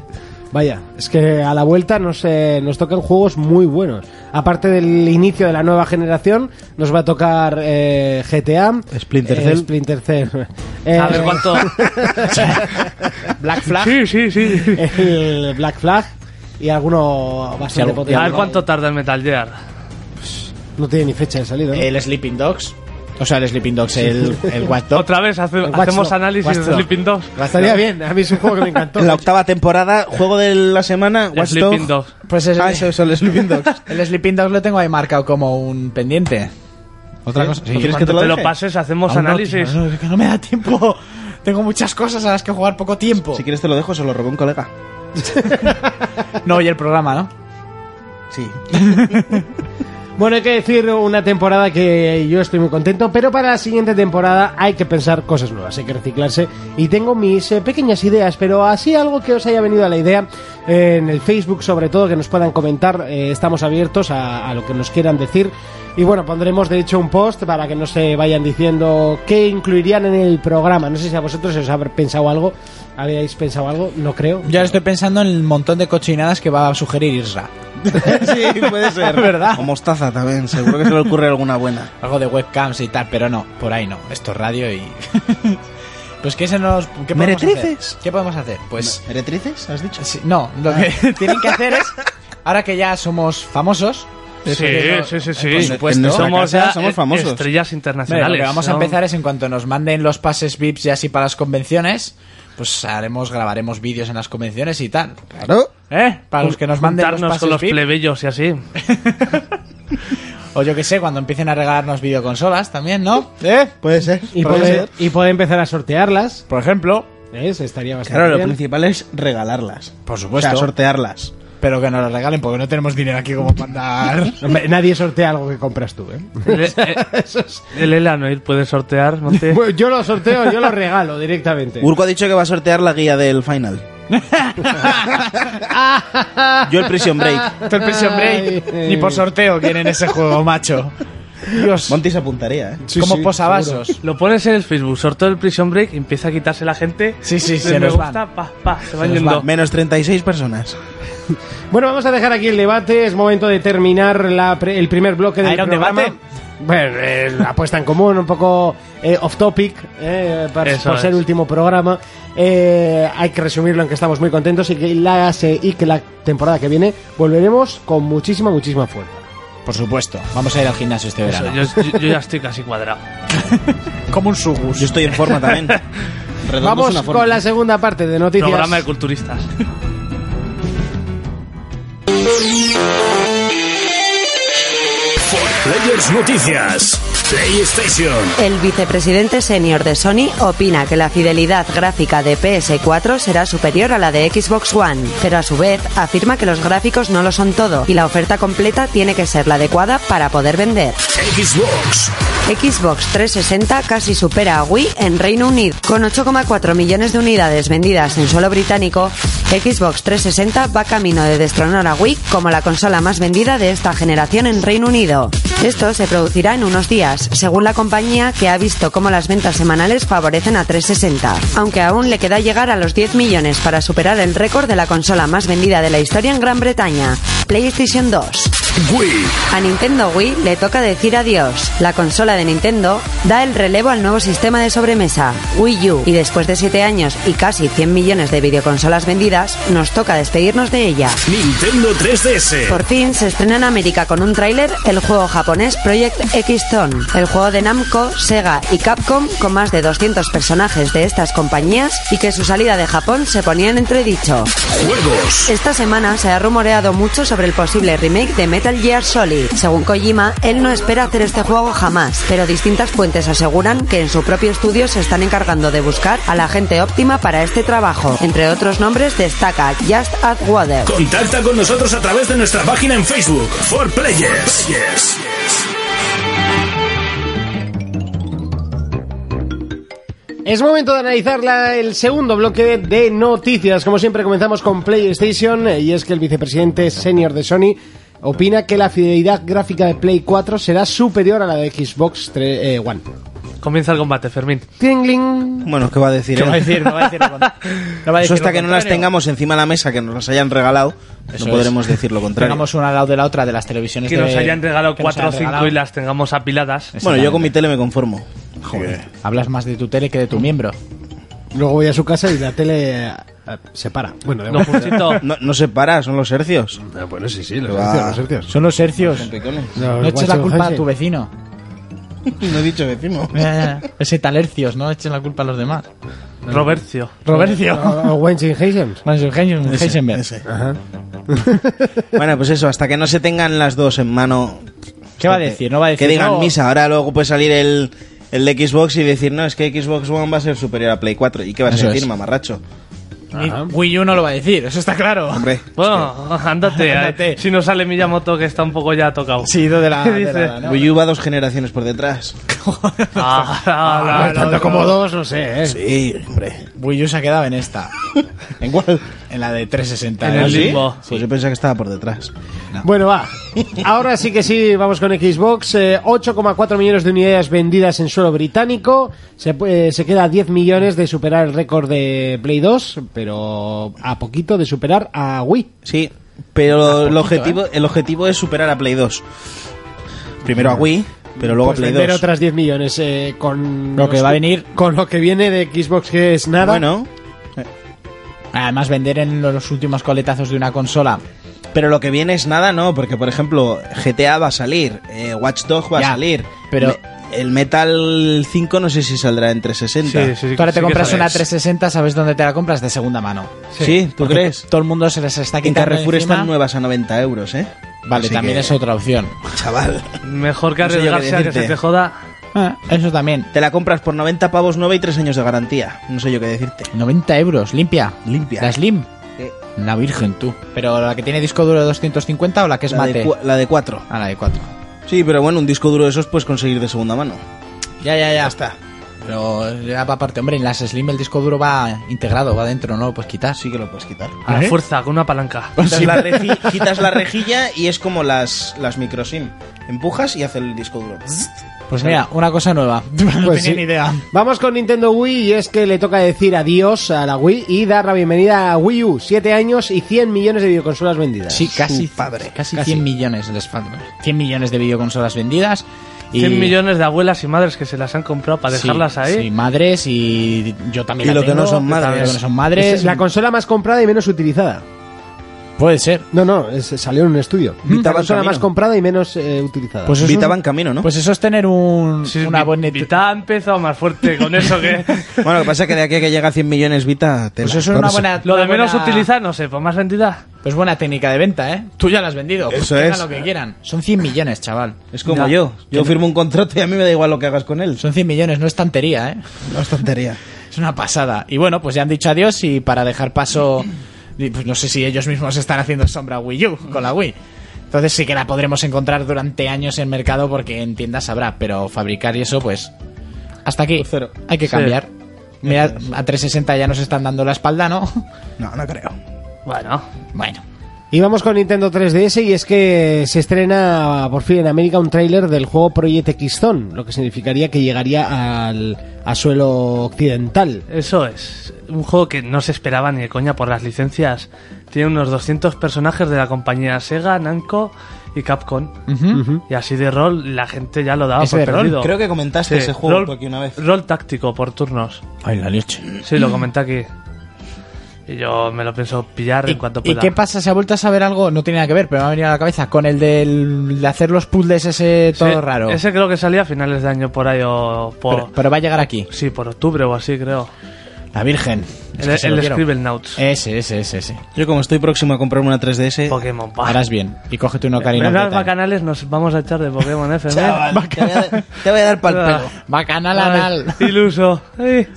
Vaya, es que a la vuelta nos, eh, nos tocan juegos muy buenos. Aparte del inicio de la nueva generación, nos va a tocar eh, GTA, Splinter eh, Cell. Splinter Cell. (laughs) A ver Eh, (laughs) cuánto. Black Flag. Sí, sí, sí. Eh, el Black Flag y alguno Sí, bastante algo- potente. A ver cuánto tarda el Metal Gear. No tiene ni fecha de salida. ¿no? El Sleeping Dogs. O sea, el Sleeping Dogs, el, el Watch Dogs. Otra vez hace- Watch hacemos Dogs, análisis Watch de Dogs. Sleeping Dogs. Estaría bien, a mí es un juego que me encantó. (laughs) En la octava temporada, juego de la semana, El Watch Sleeping Dogs. Dogs. Pues es- Ah, eso es el (laughs) Sleeping Dogs. el Sleeping Dogs lo tengo ahí marcado como un pendiente. Otra cosa. sí. ¿Quieres que te Cuando lo te lo deje? pases, hacemos Aún no, análisis. tío, no, es que no me da tiempo. Tengo muchas cosas a las que jugar poco tiempo. Si quieres te lo dejo, se lo robó un colega. No, y el programa, ¿no? Sí. Bueno, hay que decir una temporada que yo estoy muy contento, pero para la siguiente temporada hay que pensar cosas nuevas, hay que reciclarse. Y tengo mis eh, pequeñas ideas, pero así algo que os haya venido a la idea eh, en el Facebook, sobre todo, que nos puedan comentar. eh, estamos abiertos a, a lo que nos quieran decir. Y bueno, pondremos de hecho un post para que nos eh, vayan diciendo qué incluirían en el programa. No sé si a vosotros os habéis pensado algo. ¿Habíais pensado algo? No creo. Yo ahora estoy pensando en el montón de cochinadas que va a sugerir Isra. (laughs) sí, puede ser. ¿Verdad? O mostaza también, seguro que se le ocurre alguna buena. Algo de webcams y tal, pero no, por ahí no. Esto es radio y. (laughs) pues que se nos. ¿Qué podemos Meretrices. hacer? ¿Qué podemos hacer? Pues. ¿Meretrices? ¿Has dicho? sí, No, lo que (laughs) tienen que hacer es. Ahora que ya somos famosos. Sí, eso que no- sí, sí, sí. Eh, Por En supuesto. nuestra Hombre, casa somos e- famosos. Estrellas internacionales. lo que vamos a ¿no? empezar es en cuanto nos manden los pases VIPs y así para las convenciones. Pues haremos, grabaremos vídeos en las convenciones y tal. Claro. ¿Eh? Para los que nos manden los Juntarnos pases con los VIP. plebeyos (laughs) y así. O yo que sé, cuando empiecen a regalarnos videoconsolas también, ¿no? ¿Eh? Puede ser. Y puede puede, ser. y puede empezar a sortearlas. Por ejemplo, ¿Ves? Estaría bastante Claro, lo bien. principal es regalarlas. Por supuesto. O sea, sortearlas. pero que nos las regalen porque no tenemos dinero aquí como para andar. (laughs) Hombre, Nadie sortea algo que compras tú, ¿eh? El, el Elanoir puede sortear, Monte. Bueno, yo lo sorteo, yo lo regalo (laughs) directamente. Urco ha dicho que va a sortear la guía del final. (laughs) Yo el Prison Break. Esto es Prison Break. Ni por sorteo quieren ese juego, macho. Dios. Monty se apuntaría, ¿eh? como sí, posavasos. Lo pones en el Facebook, sorteo del Prison Break, empieza a quitarse la gente. Sí, sí, Le- se me nos van. gusta, pa, pa, se van Nos yendo. va- Menos 36 personas. Bueno, vamos a dejar aquí el debate. Es momento de terminar la pre- el primer bloque del ¿Ah, era un programa. debate? Bueno, eh, la apuesta en común, un poco eh, off topic, eh, para- Eso por ser es. último programa. Eh, hay que resumirlo en que estamos muy contentos y que, la, se- y que la temporada que viene volveremos con muchísima, muchísima fuerza. Por supuesto. Vamos a ir al gimnasio este Eso, verano. yo, yo- yo ya estoy casi cuadrado. (laughs) Como un sugus. Yo estoy en forma (laughs) también. Redondo es Vamos una forma. con la segunda parte de noticias. Programa de culturistas. Players Noticias. PlayStation. El vicepresidente senior de Sony opina que la fidelidad gráfica de PS4 será superior a la de Xbox One, pero a su vez afirma que los gráficos no lo son todo y la oferta completa tiene que ser la adecuada para poder vender. Xbox. Xbox 360 casi supera a Wii en Reino Unido. Con 8,4 millones de unidades vendidas en suelo británico, Xbox 360 va camino de destronar a Wii como la consola más vendida de esta generación en Reino Unido. Esto se producirá en unos días, según la compañía que ha visto cómo las ventas semanales favorecen a 360, aunque aún le queda llegar a los 10 millones para superar el récord de la consola más vendida de la historia en Gran Bretaña, PlayStation 2. Wii. A Nintendo Wii le toca decir adiós. La consola de Nintendo da el relevo al nuevo sistema de sobremesa, Wii U, y después de 7 años y casi 100 millones de videoconsolas vendidas, nos toca despedirnos de ella. Nintendo 3DS. Por fin se estrena en América con un tráiler el juego japonés Project X Zone, el juego de Namco, Sega y Capcom con más de 200 personajes de estas compañías y que su salida de Japón se ponía en entredicho. Juegos. Esta semana se ha rumoreado mucho sobre el posible remake de Metal Gear Solid. Según Kojima, él no espera hacer este juego jamás, pero distintas fuentes aseguran que en su propio estudio se están encargando de buscar a la gente óptima para este trabajo. Entre otros nombres destaca Just At Water. Contacta con nosotros a través de nuestra página en Facebook. For Players. Es momento de analizar la- el segundo bloque de noticias. Como siempre, comenzamos con PlayStation eh, y es que el vicepresidente senior de Sony opina que la fidelidad gráfica de Play 4 será superior a la de Xbox tre- eh, One. Comienza el combate, Fermín. Este, Tingling. Bueno, ¿qué va a decir? ¿Qué va a él? decir? No va a decir lo con- no va a Eso decir lo hasta que no las contrario. tengamos encima de la mesa, que nos las hayan regalado, Eso no podremos es. (laughs) decir lo contrario. Tengamos una al lado de la otra de las televisiones Que de- nos hayan regalado que nos 4 o hayan 5 regalado. y las tengamos apiladas. Bueno, yo con mi tele me conformo. Hablas más de tu tele que de tu miembro. Luego voy a su casa y la tele eh, se para. Bueno, da No, igual. Fuchito. (laughs) No, no se para, son los hercios. Ah, bueno, sí, sí, los Va. hercios, los hercios. Son los hercios. No eches la culpa a tu vecino. No he dicho vecino. Ese tal hercios, no eches la culpa a los demás. Robercio. Robercio. O- o Wenching Heisen. Bueno, es Eugenio Heisenberg. Ajá. Bueno, pues eso, hasta que no se tengan las dos en mano. ¿Qué va a decir? No va a decir Que digan no. misa. Ahora luego puede salir el, el de Xbox y decir, no, es que Xbox One va a ser superior a Play 4. ¿Y qué vas Eso a decir, es. mamarracho? Ni Wii U no lo va a decir, eso está claro. Ah. Hombre. Bueno, (laughs) ándate. Ándate. eh. Si no sale Miyamoto, que está un poco ya tocado. (laughs) Sí, de la, ¿Qué de dice? la- ¿no? Wii U va dos generaciones por detrás. Ah, la- la- A (laughs) ver, tanto como dos, no sé, ¿eh? Sí, hombre. Wii U se ha quedado en (laughs) esta. ¿En cuál? En la de 360. En ¿eh? el ¿Sí? limbo. Pues yo pensaba que estaba por detrás. Bueno, va. Ahora sí que sí, vamos con Xbox. Eh, 8,4 millones de unidades vendidas en suelo británico. Se, pu- eh, se queda a 10 millones de superar el récord de Play 2, pero a poquito de superar a Wii. Sí, pero el, objetivo, el objetivo es superar a Play 2. Primero a Wii, pero luego Pues a Play vender 2. otras 10 millones eh, con Lo que va a venir. con lo que viene de Xbox que es nada. Bueno, Además, vender en los últimos coletazos de una consola. pero lo que viene es nada, ¿no? Porque, por ejemplo, GTA va a salir, eh, Watch Dog va Ya, a salir. pero- Me- el Metal 5 no sé si saldrá en 360. Sí, sí, sí, Tú ahora te sí que compras una sabes. 360, ¿sabes dónde te la compras? De segunda mano. Sí, ¿tú Porque crees? Todo el mundo se les está En quitando. Carrefour encima. están nuevas a 90 euros, ¿eh? Vale, Así también que, es otra opción. (laughs) Chaval, Mejor que No sé yo qué arriesgarse a que se decirte. te joda. Ah, eso también. te la compras por 90 pavos nueva y 3 años de garantía. No sé yo qué decirte. 90 euros, limpia. Limpia. La Slim. Eh, La virgen, tú. Pero la que tiene disco duro de 250 o la que es la, de mate. cua- la de 4. Ah, la de 4. Sí, pero bueno, un disco duro de esos puedes conseguir de segunda mano. Ya, ya, ya. Está. Pero ya va aparte, hombre, en las Slim el disco duro va integrado, va dentro, ¿no? Pues quitar. Así que lo puedes quitar. A la fuerza, con una palanca. Quitas, la, reji- quitas la rejilla y es como las, las microSIM. Empujas y hace el disco duro. Pues mira, una cosa (laughs) nueva. No Pues tenía sí. ni idea. Vamos con Nintendo Wii y es que le toca decir adiós a la Wii y dar la bienvenida a Wii U. 7 años y 100 millones de videoconsolas vendidas. Sí, casi, padre. casi Casi. 100 millones les faltan. 100 millones de videoconsolas vendidas. Y 100 millones de abuelas y madres que se las han comprado para sí, dejarlas ahí. Sí, madres y yo también. la Y lo que tengo, no son yo también madres. lo que no son Es madres. la consola más comprada y menos utilizada. Puede ser. No, no, es- salió en un estudio. Mm, Vita la consola Bancamino. más comprada y menos eh, utilizada. Pues eso es Vita un- va en camino, ¿no? Pues eso es tener un, Sí, una Vi- buena. Vita ha empezado más fuerte con eso que... Bueno, lo que pasa es que de aquí a que llega a 100 millones Vita... tela. Pues eso es una Por buena. Lo una de menos buena- utilizar, no sé, pues más vendida. Pues buena técnica de venta, ¿eh? Tú ya la has vendido. Pues Eso tengan es. lo que quieran. Son 100 millones, chaval. Es como Ya. yo. Yo firmo un contrato y a mí me da igual lo que hagas con él. Son 100 millones, no es tantería, ¿eh? No es tontería. Es una pasada. Y bueno, pues ya han dicho adiós y para dejar paso, y, pues no sé si ellos mismos están haciendo sombra a Wii U con la Wii. Entonces sí que la podremos encontrar durante años en mercado porque en tiendas habrá, pero fabricar y eso, pues hasta aquí. Pues cero. Hay que Sí. cambiar. Mira, a 360 ya nos están dando la espalda, ¿no? No, no creo. Bueno, Bueno. Y vamos con Nintendo 3DS y es que se estrena por fin en América un tráiler del juego Project X Zone, lo que significaría que llegaría al a suelo occidental. eso es. Un juego que no se esperaba ni de coña por las licencias. Tiene unos 200 personajes de la compañía Sega, Namco y Capcom. Y así de rol, la gente ya lo daba ¿Es por de rol? perdido. Creo que comentaste ese juego rol- tú aquí una vez. Rol táctico por turnos. Ay, la leche. Sí, lo comenté aquí. Y yo me lo pienso pillar ¿Y, en cuanto y pueda. qué pasa? ¿Se ha vuelto a saber algo? No tiene nada que ver, pero me ha venido a la cabeza con el del, de hacer los puzzles ese todo Sí, raro. Ese creo que salía a finales de año por ahí o por... Pero, pero va a llegar aquí. Sí, por octubre o así, creo. La Virgen. Es El, que se el lo Eh, quiero. Scribblenauts. Ese, ese, ese, ese. Yo como estoy próximo a comprarme una 3DS... Pokémon. bah. Harás bien. Y cógete uno cariño. Menos bacanales nos vamos a echar de Pokémon FM. Chaval, (laughs) Ah. te voy, a, dar- te voy a dar pal pelo. Bacanal Ay, anal. Iluso. (laughs) Ay.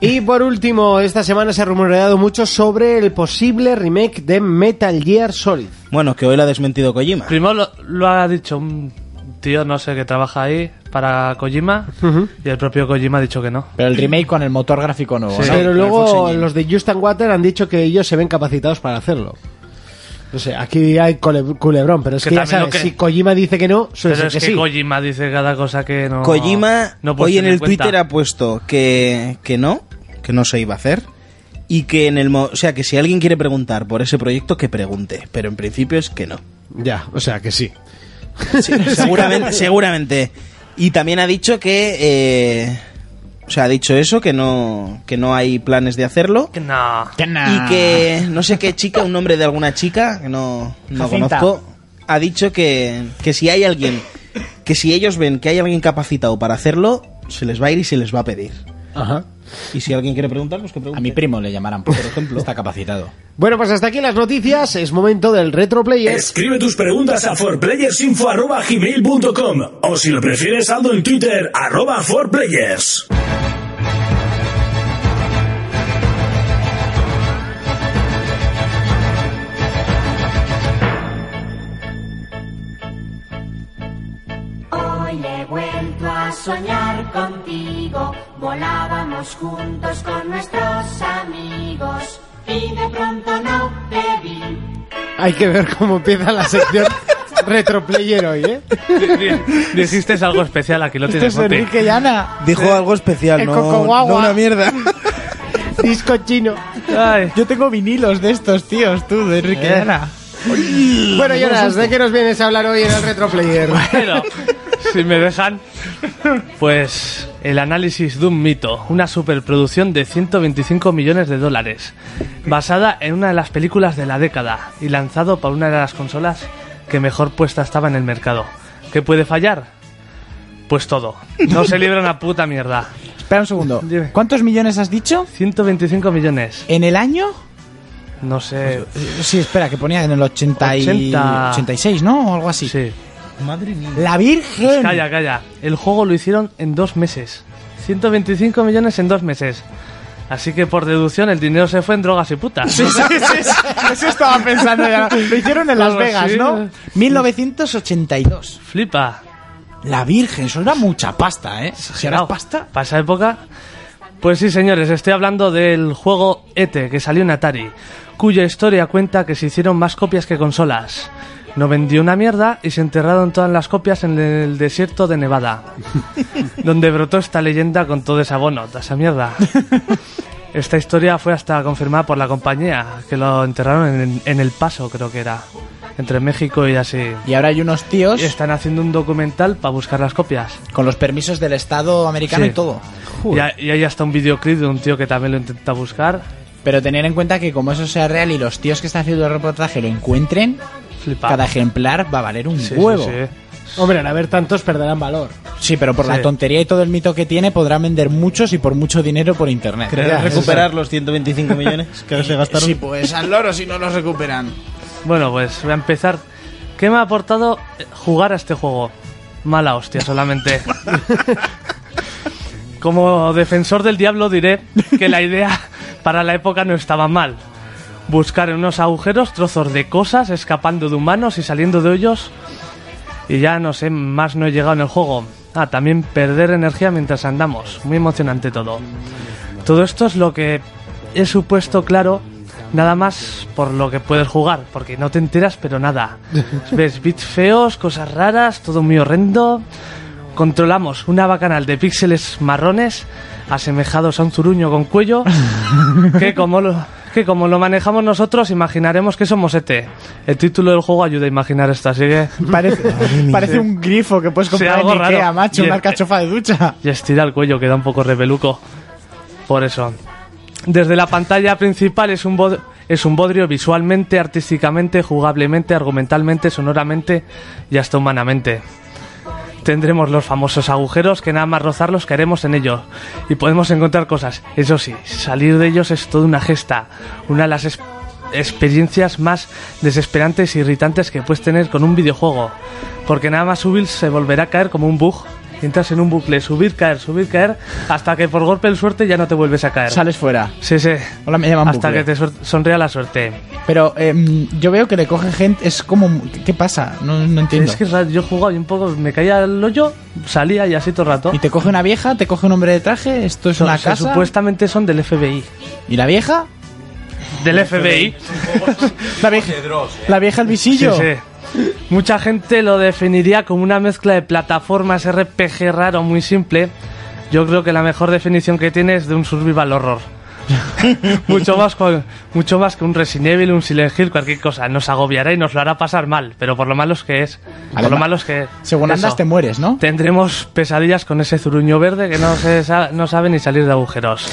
Y por último, esta semana se ha rumoreado mucho sobre el posible remake de Metal Gear Solid. Bueno, que hoy lo ha desmentido Kojima. Primero lo, lo ha dicho un tío, no sé, que trabaja ahí para Kojima. Y el propio Kojima ha dicho que no. Pero el remake con el motor gráfico nuevo. Sí. ¿no? Pero con el Fox luego Engine. los de Just and Water han dicho que ellos se ven capacitados para hacerlo. No sé, aquí hay cole- culebrón, pero es que, Que ya también lo sabes, que- si Kojima dice que no, suele Pero es ser que, que, sí. Kojima dice cada cosa que no. Kojima no puedes hoy en tener el cuenta. Twitter ha puesto que, que no, que no se iba a hacer. Y que en el mo- o sea que si alguien quiere preguntar por ese proyecto, que pregunte. Pero en principio es que no. Ya, o sea, que sí. Sí, seguramente, seguramente. Y también ha dicho que eh, o sea, ha dicho eso, que no, que no hay planes de hacerlo. Que no. Y que no sé qué chica, un nombre de alguna chica que no, no Jacinta. conozco, ha dicho que, que si hay alguien, que si ellos ven que hay alguien capacitado para hacerlo, se les va a ir y se les va a pedir. Ajá. Y si alguien quiere preguntar, pues que A pregunte. mi primo le llamarán, por ejemplo. Está capacitado. Bueno, pues hasta aquí las noticias. Es momento del Retro Player. (laughs) Escribe tus preguntas a forplayersinfo@gmail.com o si lo prefieres saldo en Twitter arroba forplayers. Hoy he vuelto a soñar contigo, volábamos juntos con nuestros amigos y de pronto no te vi. Hay que ver cómo empieza la (laughs) sección Retro Player hoy, ¿eh? Dijiste algo especial, aquí lo tienes. Monty. y Ana. Dijo algo especial, El cocoguagua. mierda. Disco chino. Ay, Yo tengo vinilos de estos tíos, tú, de Enrique Eh. Llana. Bueno, Jonas, ¿de qué nos vienes a hablar hoy en el Retro Player? pero, si me dejan. Pues el análisis de un mito, una superproducción de 125 millones de dólares, basada en una de las películas de la década y lanzado por una de las consolas que mejor puesta estaba en el mercado. ¿Qué puede fallar? Pues todo. No se libra una puta mierda. Espera un segundo. Dime. ¿Cuántos millones has dicho? 125 millones. ¿En el año? No sé. Sí, espera, que ponía en el 80 y- 80. 86, ¿no? O algo así. Sí. ¡La Virgen! Calla, calla. El juego lo hicieron en dos meses. 125 millones en dos meses. Así que por deducción el dinero se fue en drogas y putas. Eso estaba pensando ya. Lo hicieron en Las Algo Vegas, así. ¿no? 1982. Flipa. La Virgen, eso era mucha pasta, ¿eh? Si Claro, harás pasta. Para esa época. Pues sí, señores, estoy hablando del juego ETE que salió en Atari, cuya historia cuenta que se hicieron más copias que consolas. No vendió una mierda y se enterraron todas las copias en el desierto de Nevada, donde brotó esta leyenda con todo ese abono, toda esa mierda. Esta historia fue hasta confirmada por la compañía, que lo enterraron en, en El Paso, creo que era, entre México y así. Y ahora hay unos tíos Y están haciendo un documental para buscar las copias. con los permisos del Estado americano Sí. y todo. Y, ha- y ahí hasta un videoclip de un tío que también lo intenta buscar. Pero tener en cuenta que como eso sea real y los tíos que están haciendo el reportaje lo encuentren, Flipa. cada ejemplar va a valer un Sí, sí, huevo. sí. (laughs) Sí, Hombre, al haber tantos perderán valor. pero por Sí. la tontería y todo el mito que tiene podrá vender muchos y por mucho dinero por internet. ¿Querés recuperar los 125 millones que se gastaron? Sí, pues al loro si no los recuperan. Bueno, pues voy a empezar. ¿Qué me ha aportado eh, jugar a este juego? Mala hostia solamente. (laughs) Como defensor del diablo diré que la idea para la época no estaba mal. Buscar en unos agujeros trozos de cosas, escapando de humanos y saliendo de hoyos. Y ya no sé, más no he llegado en el juego. Ah, también perder energía mientras andamos. Muy emocionante todo. Todo esto es lo que he supuesto claro, nada más por lo que puedes jugar, porque no te enteras, pero nada. Ves bits feos, cosas raras, todo muy horrendo. Controlamos una bacanal de píxeles marrones, asemejados a un zuruño con cuello, que como lo, que como lo manejamos nosotros, imaginaremos que somos ET. El título del juego ayuda a imaginar esto, así que. Parece, parece un grifo que puedes comprar algo en Ikea, raro. macho, Y- una alcachofa de ducha. y estira el cuello, queda un poco rebeluco. Por eso. Desde la pantalla principal es un, bod- es un bodrio visualmente, artísticamente, jugablemente, argumentalmente, sonoramente y hasta humanamente. Tendremos los famosos agujeros que nada más rozarlos caeremos en ellos y podemos encontrar cosas. Eso sí, salir de ellos es toda una gesta, una de las es- experiencias más desesperantes e irritantes que puedes tener con un videojuego, porque nada más subir se volverá a caer como un bug. Entras en un bucle, subir, caer, subir, caer, hasta que por golpe de suerte ya no te vuelves a caer. Sales fuera. Sí, sí. Hola, me llaman Hasta bucle. que te suer- sonría la suerte. Pero em, yo veo que le coge gente, es como... ¿Qué pasa? No, no entiendo. Es que es raro, yo jugaba y un poco me caía el hoyo, salía y así todo el rato. Y te coge una vieja, te coge un hombre de traje, esto es Son- una se- casa... Supuestamente son del FBI. ¿Y la vieja? del FBI. La vieja, la vieja el visillo. Sí, sí. Mucha gente lo definiría como una mezcla de plataformas RPG raro muy simple. Yo creo que la mejor definición que tiene es de un survival horror. (laughs) mucho, más con- mucho más que un Resident Evil, un Silent Hill, cualquier cosa. Nos agobiará y nos lo hará pasar mal, pero por lo malos que es. por lo Además, malos que es. Según Eso. andas te mueres, ¿no? Tendremos pesadillas con ese zuruño verde que no, se sa- no sabe ni salir de agujeros.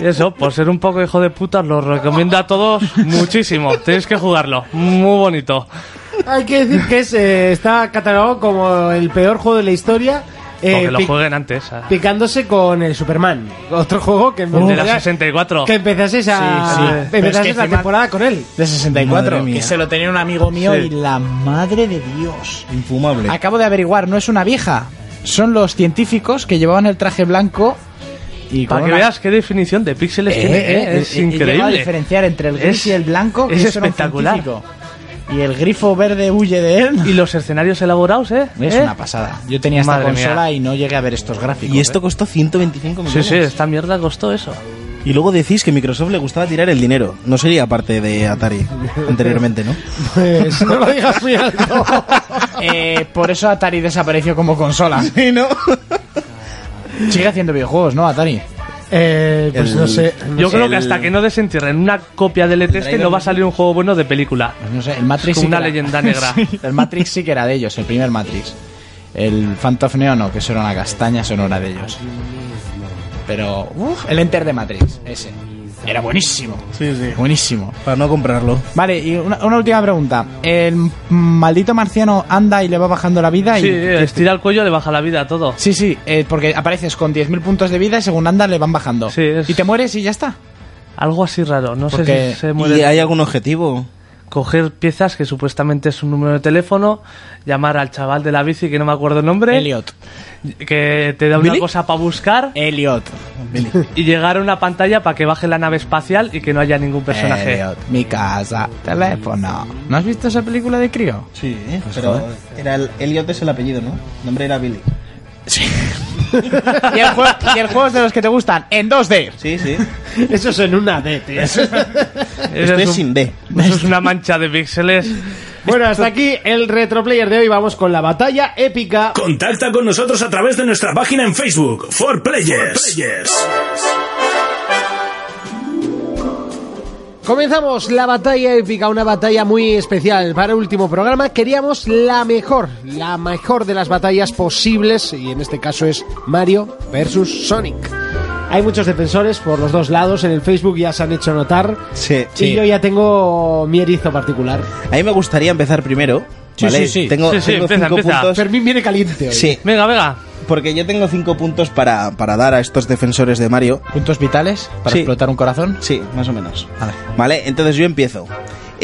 Y Eso, por ser un poco hijo de puta, os lo recomiendo a todos muchísimo. Tenéis que jugarlo. Muy bonito. Hay que decir que es, eh, está catalogado como el peor juego de la historia. eh, Porque lo pi- jueguen antes. ah. Picándose con el Superman. Otro juego que, El de la empezarías- 64. que empezases, a, Sí, sí. Pero es empezases que la encima- temporada con él. De 64, Madre mía. que se lo tenía un amigo mío Sí. y la madre de Dios. Infumable. Acabo de averiguar, no es una vieja. Son los científicos que llevaban el traje blanco y Para con que una- veas qué definición de píxeles Eh, tiene. eh, eh, eh, es eh, eh, llega a increíble. diferenciar entre el gris Es- y el blanco, que es eso era un espectacular. científico. Y el grifo verde huye de él. Y los escenarios elaborados, ¿eh? Es ¿Eh? una pasada. Yo tenía esta Madre mía. consola y no llegué a ver estos gráficos. Y esto ¿eh? costó 125 Sí, millones. sí, esta mierda costó eso. Y luego decís que a Microsoft le gustaba tirar el dinero. No sería parte de Atari anteriormente, ¿no? Pues no lo digas muy alto. Eh, por eso Atari desapareció como consola. (laughs) Sí, ¿no? Sigue haciendo videojuegos, ¿no, Atari? Eh, pues El- no sé. Yo creo que El- hasta que no desentierren una copia del E3 Driver- no va a salir un juego bueno de película. Pues no sé, el Matrix Es como sí que una era- leyenda negra. (laughs) Sí, el Matrix sí que era de ellos, el primer Matrix. El Phantom Neo no, que eso era una castaña sonora de ellos. Pero, uff, el Enter de Matrix, ese. Era buenísimo. Sí, sí. Buenísimo. Para no comprarlo. Vale, y una, una última pregunta. El maldito marciano anda y le va bajando la vida y... Sí, estira el cuello, le baja la vida a todo. Sí, sí, eh, porque apareces con 10.000 puntos de vida y según andas le van bajando. Sí, es- Y te mueres y ya está. Algo así raro, no sé Porque- si se ¿Y muere. hay algún objetivo? Coger piezas que supuestamente es un número de teléfono, llamar al chaval de la bici que no me acuerdo el nombre, Elliot. que te da una ¿Billy? Eh. cosa para buscar Elliot. y llegar a una pantalla para que baje la nave espacial y que no haya ningún personaje. Elliot. Mi casa. Teléfono. ¿No has visto esa película de crío? Sí, Pues pero era el, Elliot es el apellido, ¿no? El nombre era Billy. (laughs) y, el juego, y el juego es de los que te gustan en 2D. Sí, sí. (laughs) Eso es en una D, tío. Eso Estoy es un- sin D. eso es una mancha de píxeles. Bueno, hasta aquí el retroplayer de hoy. Vamos con la batalla épica. Contacta con nosotros a través de nuestra página en Facebook, For Players. Comenzamos la batalla épica, una batalla muy especial. Para el último programa queríamos la mejor, la mejor de las batallas posibles y en este caso es Mario versus Sonic. Hay muchos defensores por los dos lados en el Facebook ya se han hecho notar. Sí, Y yo ya tengo mi erizo particular. A mí me gustaría empezar primero. Sí, ¿vale? sí, sí. Tengo, Sí, sí, tengo empieza, cinco empieza. puntos. Fermín viene caliente hoy. Sí, Venga, venga. porque yo tengo cinco puntos para, para dar a estos defensores de Mario. Puntos vitales para Sí. explotar un corazón. Sí, más o menos. Vale. Vale, entonces yo empiezo.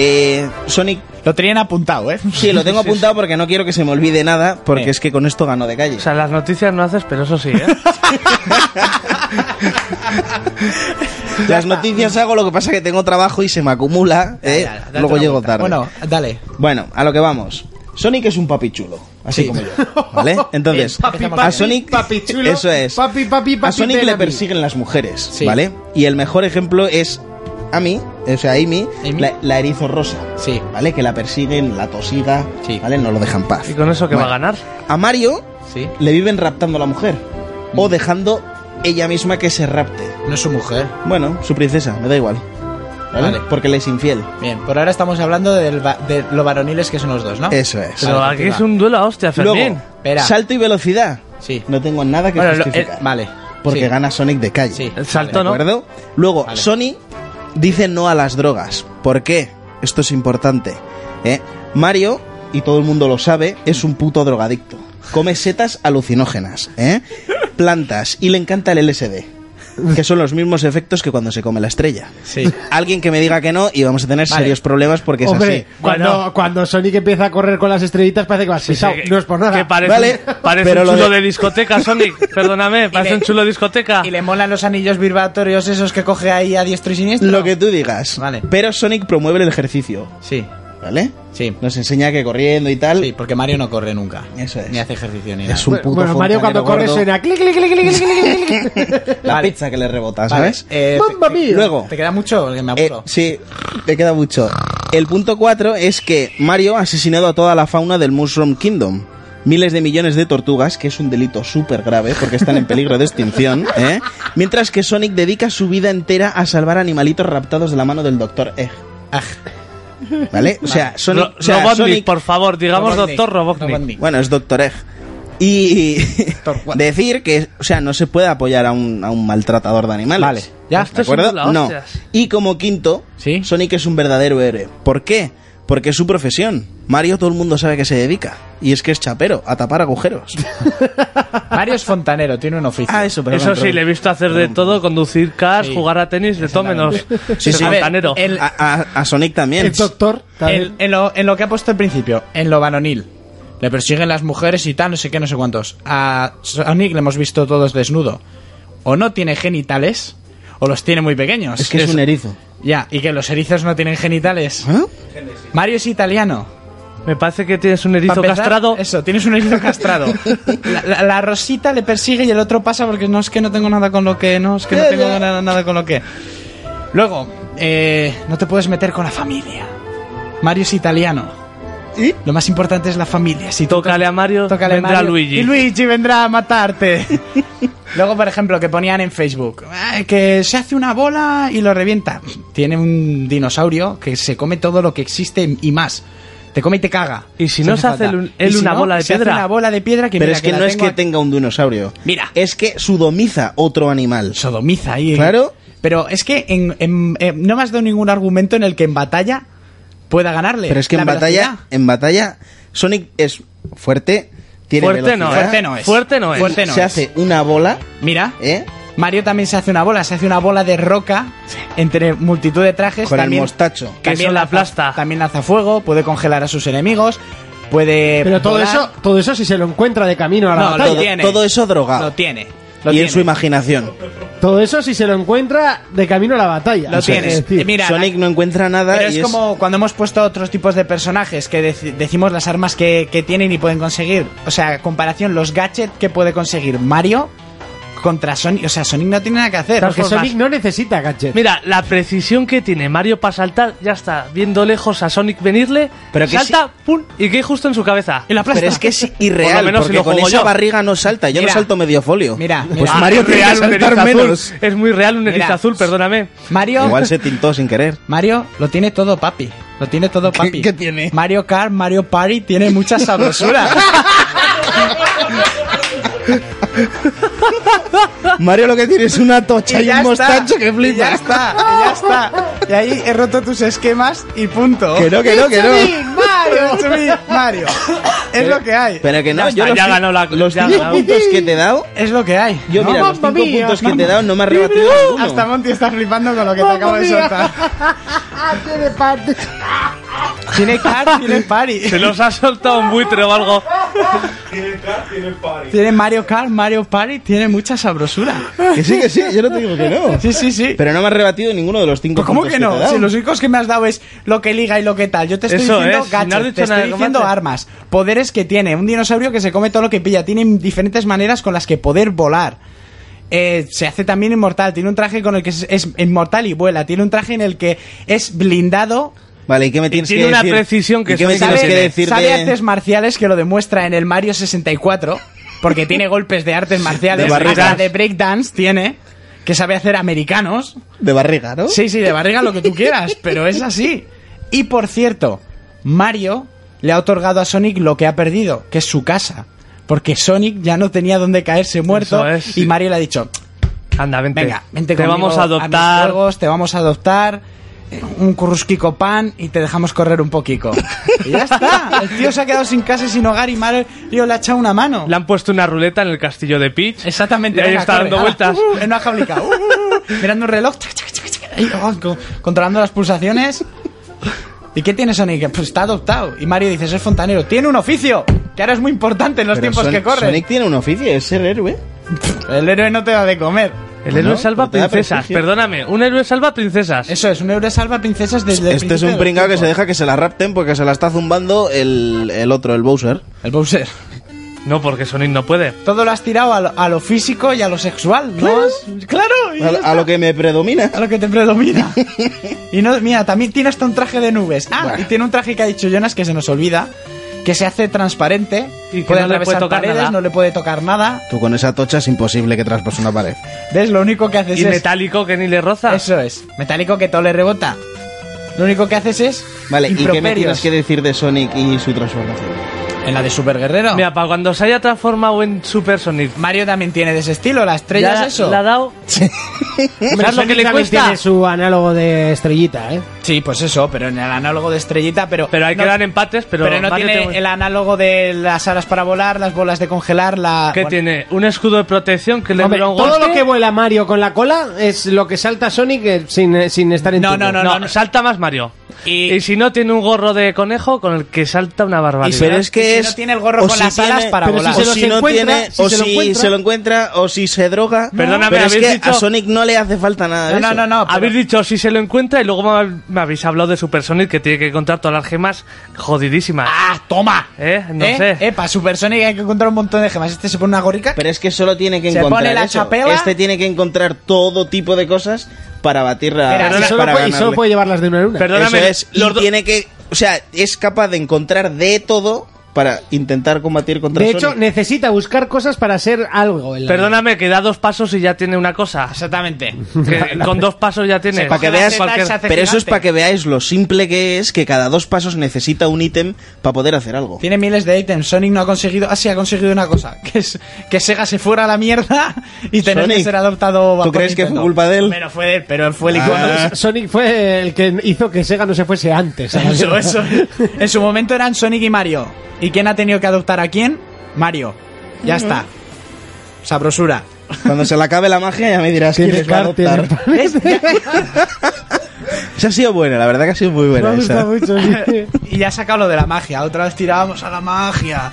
Eh, Sonic, Lo tenían apuntado, ¿eh? sí, lo (laughs) tengo apuntado porque no quiero que se me olvide nada, porque Eh. es que con esto gano de calle. O sea, las noticias no haces, pero eso sí, ¿eh? (laughs) Las noticias hago, lo que pasa que tengo trabajo y se me acumula, ¿eh? Ya, date luego una llego vuelta. tarde. Bueno, dale. Bueno, a lo que vamos. Sonic es un papi chulo, así como yo. (laughs) ¿Vale? Entonces, a Sonic. papi chulo, eso es. papi, papi, a papi, Sonic ven a le mí. persiguen las mujeres, Sí. ¿vale? Y el mejor ejemplo es a mí, o sea, Amy, Amy. La, la erizo rosa. Sí. ¿Vale? Que la persiguen, la tosiga, Sí. ¿vale? No lo dejan en paz. ¿Y con eso qué va a Vale. ganar? A Mario Sí. le viven raptando a la mujer. Mm. O dejando ella misma que se rapte. No es su mujer. Bueno, su princesa, me da igual. ¿Vale? Vale. Porque le es infiel. Bien, por ahora estamos hablando del va- de lo varoniles que son los dos, ¿no? Eso es. Pero Vale, aquí continúa. es un duelo a hostia, Fermín. Luego, Ah. Espera. salto y velocidad. Sí. No tengo nada que Bueno, lo- eh, justificar. vale. Porque Sí. gana Sonic de calle. Sí. El ¿De salto, ¿no? acuerdo? Luego, Vale. Sony dice no a las drogas. ¿Por qué? Esto es importante. ¿eh? Mario, y todo el mundo lo sabe, es un puto drogadicto. Come setas alucinógenas, ¿eh? plantas, y le encanta el LSD. Que son los mismos efectos que cuando se come la estrella. Sí. Alguien que me diga que no y vamos a tener Vale. serios problemas porque es Hombre, así. cuando, Bueno. cuando Sonic empieza a correr con las estrellitas parece que va Sí, sí, pisado. que- no es por nada. Que parece, Vale, un- parece pero un lo chulo de- de... discoteca, Sonic. Perdóname, parece le- un chulo de discoteca. Y le molan los anillos vibratorios esos que coge ahí a diestro y siniestro. Lo que tú digas. Vale. Pero Sonic promueve el ejercicio. Sí. ¿Vale? Sí. Nos enseña que corriendo y tal. Sí, porque Mario no corre nunca. Eso es. Ni hace ejercicio ni nada. Es un puto bueno, Mario cuando corre fontanero gordo. suena clic, clic, clic, clic, clic, clic, clic. La Vale. pizza que le rebota, Vale, ¿sabes? eh, ¡Mamma mía! Luego, ¿Te queda mucho? Porque me Eh, aburro. sí, te queda mucho. El punto 4 es que Mario ha asesinado a toda la fauna del Mushroom Kingdom. Miles de millones de tortugas, que es un delito súper grave porque están en peligro de extinción, (laughs) ¿eh? mientras que Sonic dedica su vida entera a salvar animalitos raptados de la mano del Dr. Egg. ¿Vale? O sea, Sonic... Ro- o sea, Robotnik, Sonic- por favor, digamos Robotnik. doctor Robotnik. Robotnik. bueno, es Doctor Egg. Y Torcuato. decir que, o sea, no se puede apoyar a un, a un maltratador de animales. Vale, ya. ¿De Esto es acuerdo? una de las No. hostias. Y como quinto, ¿Sí? Sonic es un verdadero héroe. ¿Por qué? Porque es su profesión. Mario todo el mundo sabe que se dedica. Y es que es chapero, a (laughs) tapar agujeros. Ah, Mario es fontanero, tiene un oficio. eso, Eso sí, le he visto hacer de todo, conducir cars, Sí. jugar a tenis, de todo menos Sí, sí. ser fontanero. A ver, eh, el- A, a- a Sonic también. El doctor. En, en lo, en lo que ha puesto al principio, en lo banonil. Le persiguen las mujeres y tal, no sé qué, no sé cuántos. A Sonic le hemos visto todos desnudo. O no tiene genitales, o los tiene muy pequeños. es que es un erizo. Ya, y que los erizos no tienen genitales. ¿Ah? Mario es italiano. Me parece que tienes un Pa' erizo empezar, castrado. Eso, tienes un erizo (laughs) castrado. la, la- la rosita le persigue y el otro pasa porque no es que no tengo nada con lo que. No es que no tengo nada, nada con lo que. Luego, eh, no te puedes meter con la familia. Mario es italiano. Lo más importante es la familia. Si tocas- Tócale a Mario, tócale a vendrá Mario, Luigi. Y Luigi vendrá a (laughs) matarte. Luego, por ejemplo, que ponían en Facebook "Ah, que se hace una bola y lo revienta. Tiene un dinosaurio que se come todo lo que existe y más. Te come y te caga. ¿Y si no hace se hace falta. el- él ¿Y si una no? bola de Se hace piedra? una bola de piedra que Pero mira, es que, la no es tengo que aquí. tenga un dinosaurio. Mira. Es que sudomiza otro animal. sodomiza ahí. Claro. Pero es que en- en- en- no me has dado ningún argumento en el que en batalla pueda ganarle. Pero es que en La batalla, velocidad. en batalla, Sonic es fuerte, tiene Fuerte no, eh. velocidad, Fuerte no es. Fuerte no es. Fuerte no se es. hace una bola, Mira. ¿eh? Mario también se hace una bola, se hace una bola de roca entre multitud de trajes. Con el también, mostacho. Que eso la lanza- aplasta. También lanza fuego, puede congelar a sus enemigos, puede. Pero todo volar. eso, todo eso si se lo encuentra de camino a la No, batalla. lo Todo, tiene. todo eso drogado. Lo tiene. Lo y tiene. en su imaginación. Todo eso si se lo encuentra de camino a la batalla. Lo O sea, tienes. es decir, Eh, mira, Sonic no encuentra nada Pero y es, como cuando hemos puesto otros tipos de personajes que deci- decimos las armas que, que tienen y pueden conseguir. O sea, a comparación, los gadgets que puede conseguir Mario contra Sonic. O sea, Sonic no tiene nada que hacer. Porque Transforma- Sonic no necesita gadget. Mira, la precisión que tiene Mario para saltar, ya está, viendo lejos a Sonic venirle, Pero que salta, pum, y cae justo en su cabeza. Y la aplasta. Pero (laughs) es que es Por irreal, lo menos si porque lo con juego esa yo. barriga no salta. Yo Mira. no salto medio folio. Mira, Pues mira. Mario Es tiene que real, un erizo saltar azul. menos. Es muy real un erizo Mira. azul, perdóname. Mario. (laughs) Igual se tintó sin querer. Mario lo tiene todo, papi. Lo tiene todo, ¿Qué- papi. qué tiene? Mario Kart, Mario Party tiene mucha (laughs) sabrosura. Mario lo que tiene es una tocha y, ya un está. mostacho que Y ya flipa. está, y ya está. Y ahí he roto tus esquemas y punto. Que no, que no, que no. It's me, Mario, (laughs) it's me, Mario. Es lo que hay. (laughs) Pero que no, yo Ya está, los, ya ci- ganó la- los ya cinco ganó. puntos que te he dado, Es lo que hay. yo ¿no? mira, los cinco mamma mía. puntos que te he dado no me has rebatido ninguno. Hasta Monty está flipando con lo que te acabo de mía. (laughs) soltar. Tiene Kart, tiene Party. Se los ha soltado un buitre o algo. Tiene Mario Kart, Mario Party, tiene mucha sabrosura. Que sí, que sí, yo no te digo que no. (laughs) Sí, sí, sí. Pero no me has rebatido ninguno de los cinco Pues ¿Cómo puntos que te he no? dado. Si los únicos que me has dado es lo que liga y lo que tal. Yo te estoy Eso diciendo es, si no has gadgets, dicho te nada estoy de diciendo combate. armas, poderes que tiene. Un dinosaurio que se come todo lo que pilla. Tiene diferentes maneras con las que poder volar. Eh, se hace también inmortal. Tiene un traje con el que es, es inmortal y vuela. Tiene un traje en el que es blindado. Vale, ¿y qué me tienes tiene que una decir? precisión que ¿Y qué me Sonic tienes no que tiene. decir sabe de- artes marciales que lo demuestra en el Mario 64. Porque tiene golpes de artes marciales. (laughs) De barriga. hasta de breakdance tiene. Que sabe hacer americanos. de barriga, no? Sí, sí, de barriga lo que tú quieras, pero es así. Y por cierto, Mario le ha otorgado a Sonic lo que ha perdido, que es su casa. Porque Sonic ya no tenía dónde caerse muerto Eso es. y Mario le ha dicho, Anda, vente. venga, vente Te conmigo vamos mis a adoptar. juegos, te vamos a adoptar eh, un currusquico pan y te dejamos correr un (laughs) poquito. Y ya está, el tío se ha quedado sin casa y sin hogar y Mario le ha echado una mano. Le han puesto una ruleta en el castillo de Peach. Exactamente. Y ahí venga, está corre, dando ala, vueltas. uh, uh, en una jaulica. uh, uh, uh, mirando el reloj. chac, chac, chac, chac, ahí, oh, co- controlando las pulsaciones. ¿Y qué tiene Sonic? Pues está adoptado. Y Mario dice, es fontanero. Tiene un oficio, que ahora es muy importante en los Pero tiempos Son- que corren. Sonic tiene un oficio, es ser héroe. El héroe no te da de comer. El héroe salva pero te da princesas, prestigio. perdóname. Un héroe salva princesas. Eso es, un euro salva princesas desde el Este es principio un del pringao que tiempo. se deja que se la rapten porque se la está zumbando el, el otro, el Bowser. El Bowser. No, porque Sonic no puede. Todo lo has tirado a lo, a lo físico y a lo sexual, ¿no? Has- Claro. y A, ya a lo que me predomina. está. A lo que te (laughs) predomina. y no, mira, también tiene hasta un traje de nubes. Ah, Buah. y tiene un traje que ha dicho Jonas que se nos olvida, que se hace transparente, Y que puede no le puede atravesar tocar paredes, nada. no le puede tocar nada. Tú con esa tocha es imposible que traspase una pared. ¿Ves? Lo único que haces Y es... metálico que ni le roza. Eso es. Metálico que todo le rebota. Lo único que haces es... Vale, ¿y qué me improperios. tienes que decir de Sonic y su transformación? En la de Super Guerrero. Mira, para cuando se haya transformado en Super Sonic. Mario también tiene de ese estilo, la estrella ya es eso. La ha dado. (laughs) ¿Sabes lo que le También cuesta? tiene su análogo de estrellita, ¿eh? Sí, pues eso, pero en el análogo de estrellita, pero. Pero ahí no- quedan empates, pero, Pero, no Mario tiene te- el análogo de las alas para volar, las bolas de congelar, la. ¿Qué bueno, tiene? Un escudo de protección que le Hombre, dura un todo golpe? este lo que vuela Mario con la cola es lo que salta Sonic eh, sin, eh, sin estar en No, turno. No, No, no. salta más Mario. Y- Y... si no, tiene un gorro de conejo con el que salta una barbaridad. Pero es que si no es. tiene el gorro o con si las alas tiene- para pero volar. Si O se lo si si no encuentra, tiene, si o se lo si encuentra. se lo encuentra, o si se droga. Perdóname, pero es habéis que dicho- a Sonic no le hace falta nada de No, no, eso. no, no. Habéis pero- dicho si se lo encuentra y luego me- me habéis hablado de Super Sonic que tiene que encontrar todas las gemas jodidísimas. ¡Ah, toma! Eh, no ¿Eh? sé. Eh, para Super Sonic hay que encontrar un montón de gemas. Este se pone una gorrica. Pero es que solo tiene que Se encontrar. pone la eso. chapela. Este tiene que encontrar todo tipo de cosas para batir la. Pero Y para solo, puede, y ganarle. solo puede llevarlas de una en una. Perdón. Perdóname, Eso es. Y los do- tiene que. O sea, es capaz de encontrar de todo para intentar combatir contra De hecho, Sonic. necesita buscar cosas para hacer algo. en la- Perdóname, que da dos pasos y ya tiene una cosa. Exactamente. Que con dos pasos ya tiene. para que Coge la veas seta y se hace Pero eso es gigante. para que veáis lo simple que es que cada dos pasos necesita un ítem para poder hacer algo. Tiene miles de ítems. Sonic no ha conseguido. Ah, sí, ha conseguido una cosa: que es que Sega se fuera a la mierda y tener que Sonic, ser adoptado. ¿Tú por crees que Nintendo. fue culpa de él? Pero fue de él, pero él fue el Ah. icono. Sonic fue el que hizo que Sega no se fuese (laughs) antes. a la Eso, mierda. eso. En su momento eran Sonic y Mario. ¿Y quién ha tenido que adoptar a quién? Mario. Ya está. Sabrosura. Cuando se le acabe la magia ya me dirás quién Tiene les va a cartel, adoptar. Esa ha sido buena, la verdad que ha sido (laughs) muy Me buena gusta esa. mucho. (laughs) sí. Y ya ha sacado lo de la magia. Otra vez tirábamos a la magia.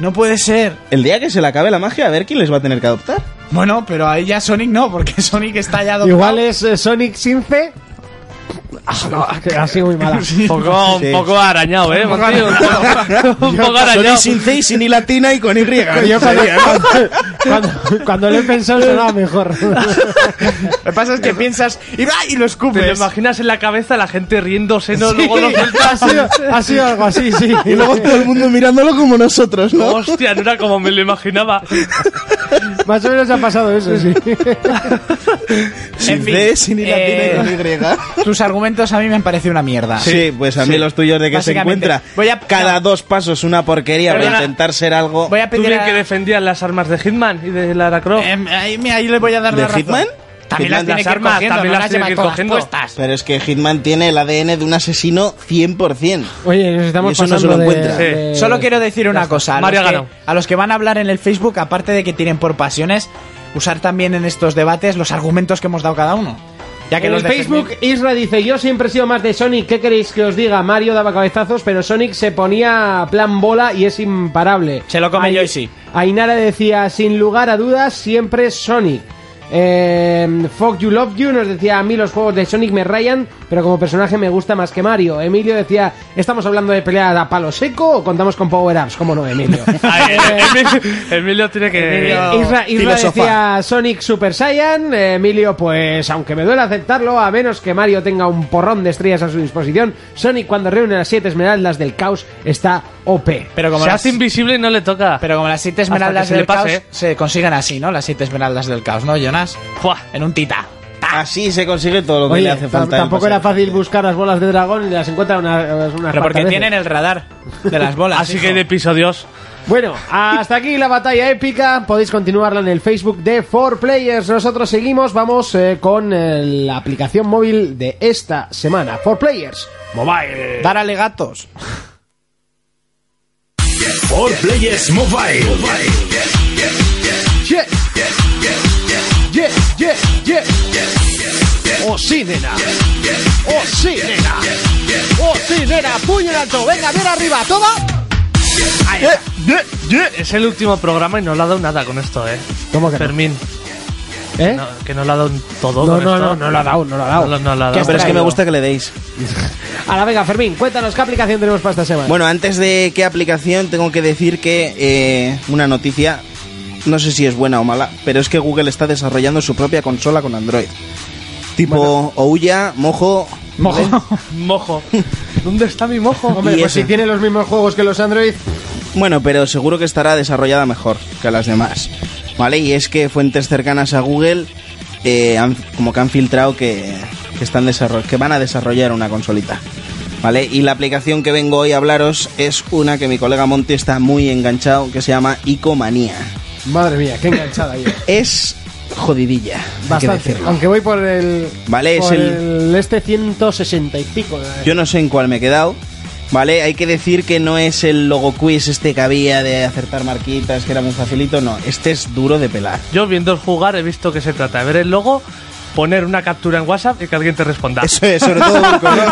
No puede ser. El día que se le acabe la magia, a ver quién les va a tener que adoptar. Bueno, pero ahí ya Sonic no, porque (laughs) Sonic está ya adoptado. Igual es eh, Sonic sin C. Ah, no, que ha sido muy mala. Un poco, (laughs) Sí. un poco arañado, ¿eh? Monty? Un poco, (laughs) un poco Sonic arañado. sin C y sin I latina y con Y. Yo cuando, cuando- cuando lo he pensado sonaba (laughs) mejor. Lo que pasa es que piensas y, ¡ah! y lo ¿Te lo escupes. imaginas en la cabeza la gente riéndose, no? Luego (laughs) lo ha, sueltas. sido, ha sido algo así, sí. Y luego todo el mundo mirándolo como nosotros, ¿no? Hostia, no era como me lo imaginaba. Más o menos ha pasado eso, sí. En Sin fin, C, sin I eh, latina y con Y. Tus argumentos a mí me han parecido una mierda. Sí, pues a mí Sí. los tuyos de que se Básicamente. encuentra Voy a- cada dos pasos una porquería para Perdona. intentar ser algo Voy a Tú pedir bien a- que defendías las armas de Hitman y de Lara Croft. Eh, ahí, mira, ahí le voy a dar de la razón. Hitman. También las Hitman- tiene las que ir armas, cogiendo, también no las las tiene lleva que ir todas cogiendo. puestas. Pero es que Hitman tiene el ADN de un asesino 100%. Oye, nos estamos Y eso no se pasando lo de- encuentra. de- Sí. Solo quiero decir una cosa. A los, Mario ha que, ganado. a los que van a hablar en el Facebook, aparte de que tienen por pasiones, usar también en estos debates los argumentos que hemos dado cada uno. Ya que en los el de Facebook, Isra dice, yo siempre he sido más de Sonic, ¿qué queréis que os diga? Mario daba cabezazos, pero Sonic se ponía plan bola y es imparable. Se lo come Ai- Yoshi. Ainara decía, sin lugar a dudas, siempre Sonic. Eh, Fuck You Love You nos decía, a mí los juegos de Sonic me rayan, pero como personaje me gusta más que Mario. Emilio decía, ¿estamos hablando de pelear a palo seco o contamos con power-ups? ¿Cómo no, (laughs) Emilio? Ay, (laughs) eh, Emilio, Emilio tiene que. Isra, Isra decía Sonic Super Saiyan. eh, Emilio, pues aunque me duele aceptarlo, a menos que Mario tenga un porrón de estrellas a su disposición, Sonic cuando reúne las siete esmeraldas del caos está OP. Pero como, Se las, hace invisible y no le toca. pero como las siete Hasta esmeraldas que se del le pase. caos se consiguen así, ¿no? Las siete esmeraldas del caos, ¿no, Jonas? Buah. En un tita. Así se consigue todo lo que Oye, le hace tam- falta. al tampoco era pasar. fácil buscar las bolas de dragón y las encuentra una, eh, unas Pero cuantas (laughs) porque veces. tienen el radar de las bolas. Así hijo. que hay de episodios. Bueno, hasta aquí la batalla épica. Podéis continuarla en el Facebook de 4Players. Nosotros seguimos, vamos eh, con eh, la aplicación móvil de esta semana. 4Players. Dar alegatos. All Players Mobile. Yeah. Yeah, yeah, yeah. Oh, sí, nena. Oh, sí, nena. Oh, sí, nena. Puño en alto. Venga, bien arriba. Toma. Es el último programa y no le ha dado nada con esto, eh. ¿Cómo que no? Fermín. ¿Eh? No, que no lo ha dado en todo. No, con no, esto. no, no lo ha dado, no lo ha dado. No, no lo ha ¿Qué dado. has Pero es que me traído? gusta que le deis. Ahora venga, Fermín, cuéntanos qué aplicación tenemos para esta semana. Bueno, antes de qué aplicación, tengo que decir que eh, una noticia, no sé si es buena o mala, pero es que Google está desarrollando su propia consola con Android. Tipo Ouya, Mojo. Mojo. (laughs) Mojo. ¿Dónde está mi mojo? Hombre, y pues ese. si tiene los mismos juegos que los Android, Bueno, pero seguro que estará desarrollada mejor que las demás. ¿Vale? Y es que fuentes cercanas a Google eh, han- como que han filtrado que, que están desarro- que van a desarrollar una consolita. ¿Vale? Y la aplicación que vengo hoy a hablaros es una que mi colega Monty está muy enganchado, que se llama Icomanía. madre mía, qué enganchada yo. Es jodidilla, hay que Bastante. decirlo. Aunque voy por el. Vale, es por el- el este 160 y pico. eh. Yo no sé en cuál me he quedado. Vale, hay que decir que no es el logo quiz este que había de acertar marquitas, que era muy facilito, no. Este es duro de pelar. Yo viendo jugar he visto que se trata de ver el logo, poner una captura en WhatsApp y que alguien te responda. Eso es, sobre (laughs) todo Urco, ¿no?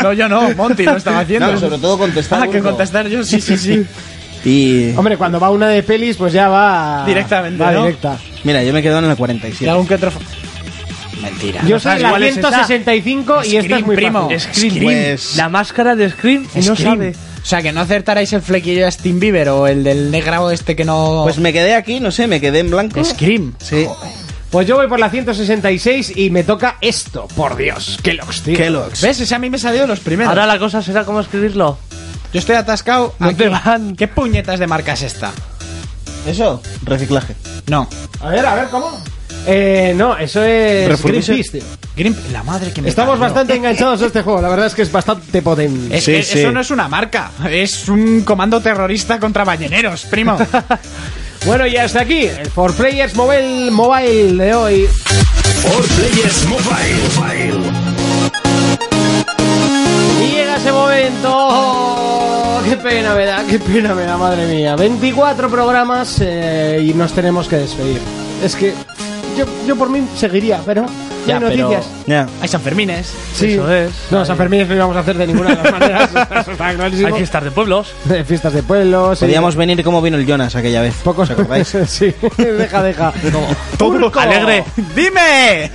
No, yo no, Monty lo estaba haciendo. No, sobre todo (laughs) contestar. Ah, que Urco. contestar yo, sí, sí, (laughs) sí. Y. Hombre, cuando va una de pelis, pues ya va. Directamente, Va ¿no? directa. Mira, yo me quedo en la Y 47. algún que otro. fa- Ah, Mentira. Yo no soy sabes la cuál es esa. 165 y esta es Scream, muy primo. fácil. Scream. Pues- La máscara de Scream, no Scream. sabe. O sea, que no acertarais el flequillo de Steam Bieber o el del negrao este que no. Pues me quedé aquí, no sé, me quedé en blanco. Scream. Sí. Pues yo voy por la 166 y me toca esto, por Dios. Qué locos, tío. Kellogg's. ¿Ves? Ese a mí me salió de los primeros. Ahora la cosa será cómo escribirlo. Yo estoy atascado. No aquí. te van. ¿Qué puñetas de marca es esta? Eso, reciclaje. No. A ver, a ver, ¿cómo? Eh, no, eso es. Refurbished. Greenpeace, tío. Green- La madre que me Estamos parió. bastante enganchados a este juego, la verdad es que es bastante potente. Es Sí, que sí. eso no es una marca, es un comando terrorista contra balleneros, (laughs) primo. Bueno, y hasta aquí, el For Players Mobile, Mobile de hoy. For Players Mobile. Y llega ese momento. Oh, ¡Qué pena me da, qué pena me da, madre mía! 24 programas eh, y nos tenemos que despedir. Es que yo, yo por mí seguiría, pero. Ya, no hay pero- noticias. Ya. Hay Sanfermines. Sí. Eso es. No, San Fermín no íbamos a hacer de ninguna de las maneras. (laughs) eso está clarísimo. Hay que estar de pueblos. Eh, Fiestas de pueblos. sí. Podíamos venir como vino el Jonas aquella vez. Pocos. ¿Os acordáis? (laughs) sí, deja, deja. Urco, Alegre. ¡Dime!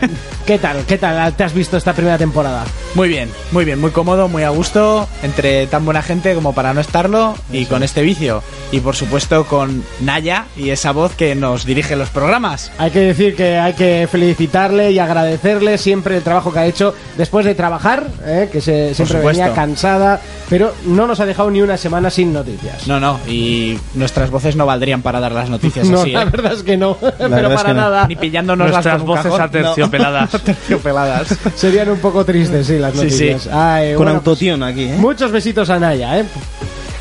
¿Qué tal? ¿Qué tal te has visto esta primera temporada? Muy bien, muy bien, muy cómodo, muy a gusto, entre tan buena gente como para no estarlo, y con este vicio. Y por supuesto con Naya y esa voz que nos dirige los programas. Hay que decir que hay que felicitarle y agradecerle siempre el trabajo que ha hecho después de trabajar, ¿eh? que se, siempre supuesto. venía cansada, pero no nos ha dejado ni una semana sin noticias. No, no, y nuestras voces no valdrían para dar las (laughs) noticias No, así, la ¿eh? verdad es que no, (laughs) pero verdad es para que no. nada. ni pillándonos Nuestras las con un voces (laughs) cajón. aterciopeladas. Terciopeladas. Serían un poco tristes, sí, las Sí, sí. noticias. Ay, Con bueno, pues, autotune aquí, ¿eh? Muchos besitos a Naya, ¿eh?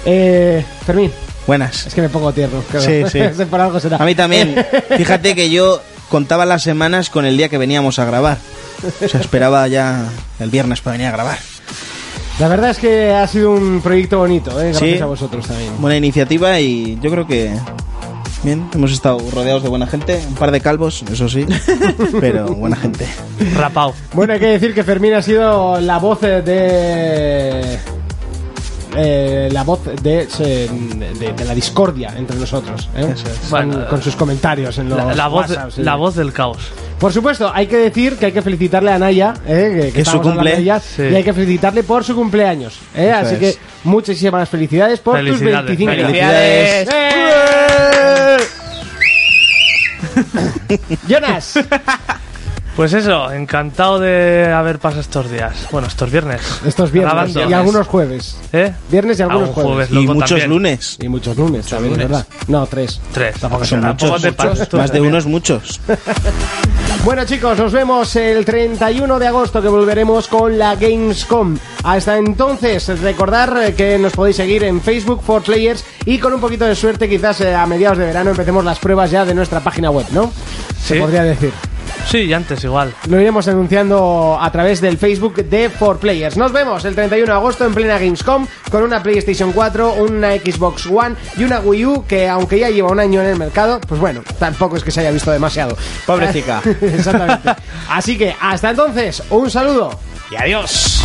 Eh, Fermín, Buenas. es (laughs) que me pongo tierno. creo. Sí, sí. (laughs) Por algo será. A mí también. Fíjate que yo contaba las semanas con el día que veníamos a grabar. O sea, esperaba ya el viernes para venir a grabar. (laughs) La verdad es que ha sido un proyecto bonito, ¿eh? gracias Sí. a vosotros también. Buena iniciativa y yo creo que bien, hemos estado rodeados de buena gente, un par de calvos, eso (laughs) sí, pero buena gente. Rapao. Bueno, hay que decir que Fermín ha sido la voz eh, de. eh, la voz de, eh, de- de la discordia entre nosotros ¿eh? Con- Bueno, con sus comentarios en los La, la voz, WhatsApp, sí. la voz del caos. por supuesto hay que decir que hay que felicitarle a Naya eh, que, Que es estábamos su hablando cumple. de ella, Sí. y hay que felicitarle por su cumpleaños ¿eh? Eso así es. que muchísimas felicidades por Felicidades, tus 25 años ¡Eh! Felicidades. Jonas Pues eso, encantado de haber pasado estos días. Bueno, estos viernes. estos viernes Grabando. y algunos jueves ¿Eh? viernes y algunos Algún jueves. Y loco, muchos también. lunes. Y muchos lunes, también, es ¿verdad? No, tres. Tres. Tampoco O son sea, muchos, tampoco te pases tú Más de también. unos muchos. Bueno, chicos, nos vemos el 31 de agosto que volveremos con la Gamescom. Hasta entonces, recordar eh, que nos podéis seguir en Facebook for Players y con un poquito de suerte, quizás eh, a mediados de verano empecemos las pruebas ya de nuestra página web, ¿no? Se Sí. podría decir. Sí, y antes igual. Lo iremos anunciando a través del Facebook de 4Players. Nos vemos el 31 de agosto en plena Gamescom con una PlayStation 4, una Xbox One y una Wii U que aunque ya lleva un año en el mercado, pues bueno, tampoco es que se haya visto demasiado. Pobrecita. Exactamente. Así que hasta entonces, un saludo. y adiós.